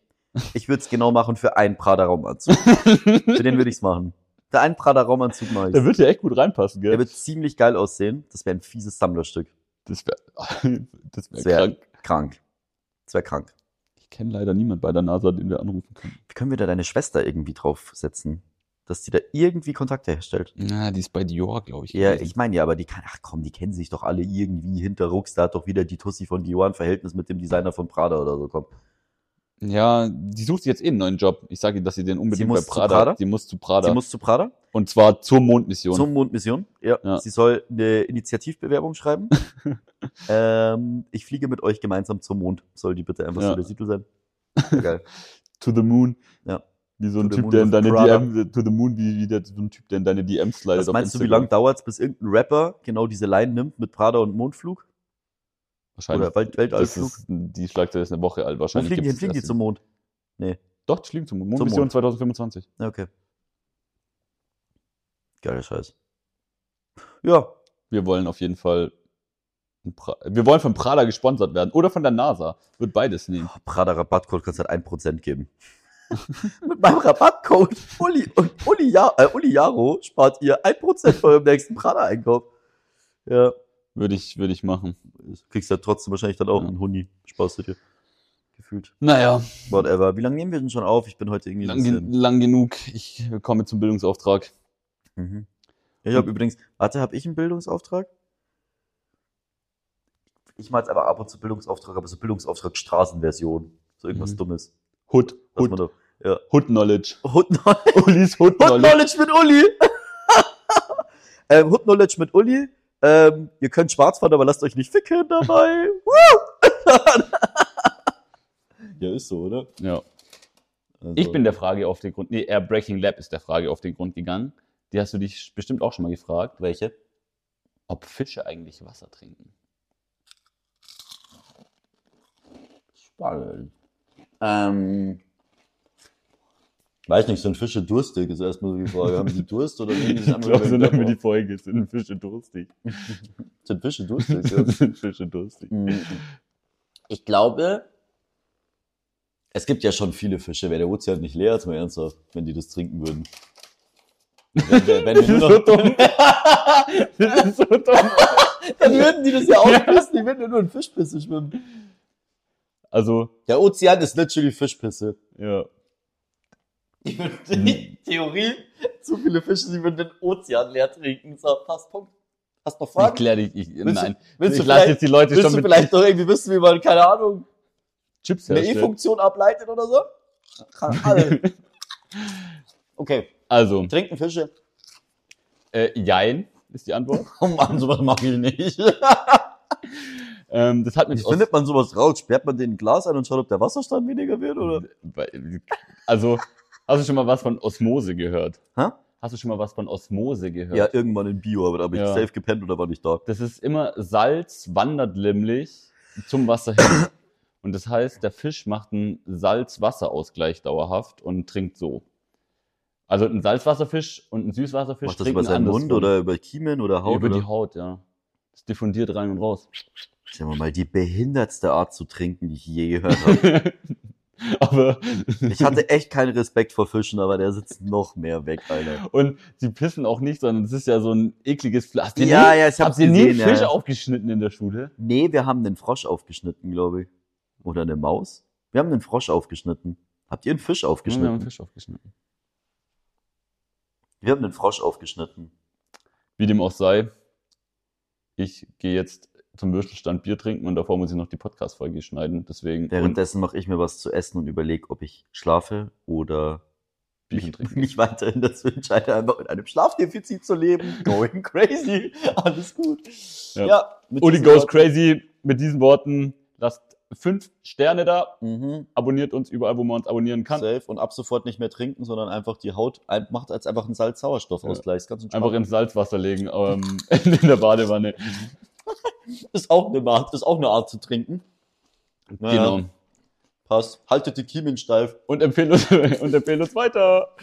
Speaker 3: Ich würde es genau machen für einen Prada-Raumanzug. für den würde ich's machen. Für einen Prada-Raumanzug mache
Speaker 2: Der
Speaker 3: ich
Speaker 2: wird ja echt gut reinpassen, gell?
Speaker 3: Der wird ziemlich geil aussehen. Das wäre ein fieses Sammlerstück.
Speaker 2: Das wäre das wär
Speaker 3: Das wär-
Speaker 2: krank.
Speaker 3: Krank. Das wäre krank.
Speaker 2: Ich kenne leider niemand bei der NASA, den wir anrufen können.
Speaker 3: Wie können wir da deine Schwester irgendwie draufsetzen? Dass die da irgendwie Kontakte herstellt.
Speaker 2: Na, die ist bei Dior, glaube ich.
Speaker 3: Ja, ich meine ja, aber die kann, ach komm, die kennen sich doch alle irgendwie hinter Rucks. Da hat doch wieder die Tussi von Dior ein Verhältnis mit dem Designer von Prada oder so. Komm.
Speaker 2: ja, die sucht jetzt eh einen neuen Job. Ich sage ihr, dass sie den unbedingt
Speaker 3: muss
Speaker 2: bei
Speaker 3: zu
Speaker 2: Prada,
Speaker 3: Prada?
Speaker 2: Sie muss zu Prada.
Speaker 3: Sie muss zu Prada,
Speaker 2: und zwar zur Mondmission.
Speaker 3: zur Mondmission. Ja.
Speaker 2: Ja.
Speaker 3: Sie soll eine Initiativbewerbung schreiben. ähm, ich fliege mit euch gemeinsam zum Mond. Soll die bitte einfach
Speaker 2: Ja.
Speaker 3: so der Titel sein? Ja, geil.
Speaker 2: to the Moon.
Speaker 3: Ja.
Speaker 2: Wie so
Speaker 3: To
Speaker 2: ein
Speaker 3: the
Speaker 2: Typ,
Speaker 3: moon
Speaker 2: der in
Speaker 3: with
Speaker 2: deine
Speaker 3: Prada.
Speaker 2: DM, to the moon, wie, wie der, so ein Typ, der in deine DM slidet.
Speaker 3: Was
Speaker 2: auf
Speaker 3: meinst du, wie
Speaker 2: Instagram.
Speaker 3: lange dauert es, bis irgendein Rapper genau diese Line nimmt mit Prada und Mondflug?
Speaker 2: Wahrscheinlich.
Speaker 3: Oder Welt- Weltallflug?
Speaker 2: Das ist, die Schlagzeile ist eine Woche alt.
Speaker 3: Wo
Speaker 2: Wahrscheinlich
Speaker 3: fliegen die? hin?
Speaker 2: gibt's
Speaker 3: Fliegen die
Speaker 2: erst-
Speaker 3: zum Mond?
Speaker 2: Doch, die fliegen zum Mond.
Speaker 3: Zum
Speaker 2: Mondmission
Speaker 3: Mond.
Speaker 2: 2025.
Speaker 3: Ja, okay. Geiler Scheiß. Ja,
Speaker 2: Wir wollen auf jeden Fall. ein Pra- Wir wollen von Prada gesponsert werden. Oder von der NASA. Wird beides nehmen.
Speaker 3: oh, Prada Rabattcode kannst du halt 1% geben. Mit meinem Rabattcode Uli und Uli, ja, äh, Uli Jaro spart ihr 1% von eurem nächsten Prada-Einkauf. Ja,
Speaker 2: Würde ich, würde ich machen.
Speaker 3: kriegst ja trotzdem wahrscheinlich dann auch
Speaker 2: Ja.
Speaker 3: einen Huni. Spaß dir. Gefühlt.
Speaker 2: Naja,
Speaker 3: Whatever. Wie lange nehmen wir denn schon auf? Ich bin heute irgendwie
Speaker 2: lang, gen- lang genug. Ich komme zum Bildungsauftrag.
Speaker 3: Mhm. Ich
Speaker 2: Hm.
Speaker 3: habe übrigens, warte, habe ich einen Bildungsauftrag? Ich mache jetzt aber ab und zu Bildungsauftrag, aber so Bildungsauftrag Straßenversion. So irgendwas
Speaker 2: Mhm.
Speaker 3: Dummes.
Speaker 2: Hood,
Speaker 3: Was
Speaker 2: Hood,
Speaker 3: man doch.
Speaker 2: Hood Knowledge.
Speaker 3: Hood Knowledge,
Speaker 2: Ulis Hood
Speaker 3: Hood
Speaker 2: Knowledge.
Speaker 3: Knowledge mit Uli! ähm, Hood Knowledge mit Uli. Ähm, ihr könnt schwarz fahren, aber lasst euch nicht ficken dabei. ja, ist so, oder?
Speaker 2: Ja.
Speaker 3: Also,
Speaker 2: Ich bin der Frage auf den Grund. Nee, eher Breaking Lab ist der Frage auf den Grund gegangen. Die hast du dich bestimmt auch schon mal gefragt,
Speaker 3: Welche?
Speaker 2: ob Fische eigentlich Wasser trinken.
Speaker 3: Spannend. Ähm. Weiß nicht, sind Fische durstig? Ist erstmal so die Frage. Haben die Durst oder nehmen die das andere
Speaker 2: so
Speaker 3: Wetter
Speaker 2: nennen wir
Speaker 3: auf?
Speaker 2: die Folge. Sind Fische durstig?
Speaker 3: Sind Fische durstig? ja.
Speaker 2: Sind Fische durstig?
Speaker 3: Mm. ich glaube, es gibt ja schon viele Fische. Wäre der Ozean nicht leer, jetzt mal ernsthaft, wenn die das trinken würden. Wenn wir, wenn
Speaker 2: Das
Speaker 3: wir
Speaker 2: ist so
Speaker 3: nur noch,
Speaker 2: dumm. Das ist so dumm.
Speaker 3: dann würden die das ja aufpissen, die würden ja nur in Fischpisse schwimmen.
Speaker 2: Also,
Speaker 3: Der Ozean ist literally Fischpisse.
Speaker 2: ja.
Speaker 3: Die Theorie, zu viele Fische, die würden den Ozean leer trinken. So, passt, Punkt. Hast noch
Speaker 2: Ich
Speaker 3: Fragen?
Speaker 2: kläre dich. Ich,
Speaker 3: Willst du-
Speaker 2: nein.
Speaker 3: willst du
Speaker 2: ich lasse
Speaker 3: vielleicht-
Speaker 2: jetzt die Leute
Speaker 3: Willst
Speaker 2: schon
Speaker 3: du
Speaker 2: mit
Speaker 3: vielleicht noch irgendwie wissen, wie man, keine Ahnung,
Speaker 2: Chips
Speaker 3: eine
Speaker 2: herstellt.
Speaker 3: E-Funktion ableitet oder so? Kann alle. Okay,
Speaker 2: Also,
Speaker 3: trinken Fische.
Speaker 2: äh, Jein ist die Antwort.
Speaker 3: Oh Mann, sowas mache ich nicht.
Speaker 2: ähm, das hat mich
Speaker 3: Wie findet man sowas raus? Sperrt man den ein Glas ein und schaut, ob der Wasserstand weniger wird? Oder?
Speaker 2: Weil- Also, hast du schon mal was von Osmose gehört?
Speaker 3: Hä?
Speaker 2: Hast du schon mal was von Osmose gehört?
Speaker 3: Ja, irgendwann in Bio, aber da habe ich
Speaker 2: Ja.
Speaker 3: safe gepennt oder war nicht da.
Speaker 2: Das ist immer Salz wandert nämlich zum Wasser hin. Und das heißt, der Fisch macht einen Salz-Wasser-Ausgleich dauerhaft und trinkt so. Also ein Salzwasserfisch und ein Süßwasserfisch
Speaker 3: Macht das
Speaker 2: trinken
Speaker 3: über seinen
Speaker 2: andersrum.
Speaker 3: Mund oder über Kiemen oder Haut?
Speaker 2: über
Speaker 3: oder?
Speaker 2: die Haut, ja. Das diffundiert rein und raus.
Speaker 3: Sagen wir mal, die behindertste Art zu trinken, die ich je gehört habe.
Speaker 2: Aber
Speaker 3: Ich hatte echt keinen Respekt vor Fischen, aber der sitzt noch mehr weg, Alter.
Speaker 2: und sie pissen auch nicht, sondern es ist ja so ein ekliges Pflaster.
Speaker 3: Ja, ja, ich hab's
Speaker 2: Habt ihr nie einen
Speaker 3: gesehen.
Speaker 2: Fisch
Speaker 3: ja.
Speaker 2: aufgeschnitten in der Schule?
Speaker 3: Nee, wir haben einen Frosch aufgeschnitten, glaube ich. Oder eine Maus? Wir haben einen Frosch aufgeschnitten. Habt ihr einen Fisch
Speaker 2: Ja,
Speaker 3: aufgeschnitten?
Speaker 2: Wir haben einen Fisch aufgeschnitten.
Speaker 3: einen Frosch aufgeschnitten.
Speaker 2: Wie dem auch sei, ich gehe jetzt zum Würstelstand Bier trinken und davor muss ich noch die Podcast-Folge schneiden. Deswegen und
Speaker 3: Währenddessen mache ich mir was zu essen und überlege, ob ich schlafe oder
Speaker 2: Bierchen
Speaker 3: mich,
Speaker 2: trinken.
Speaker 3: mich weiterhin dazu entscheide, einfach in einem Schlafdefizit zu leben. Going crazy. Alles gut.
Speaker 2: Ja.
Speaker 3: Ja. mit
Speaker 2: Uli
Speaker 3: diesen
Speaker 2: goes
Speaker 3: Worten-
Speaker 2: Oh, crazy mit diesen Worten. Lasst fünf Sterne da,
Speaker 3: Mhm.
Speaker 2: abonniert uns überall, wo man uns abonnieren kann.
Speaker 3: Safe und ab sofort nicht mehr trinken, sondern einfach die Haut ein- macht als einfach einen Salz-Sauerstoff-Ausgleich. Ist Ganz entspannt.
Speaker 2: Einfach ins Salzwasser legen, ähm, in der Badewanne.
Speaker 3: ist auch eine Art, ist auch eine Art zu trinken.
Speaker 2: Genau.
Speaker 3: Passt. Haltet die Kiemen steif.
Speaker 2: Und empfehlen uns, und empfehlen uns weiter.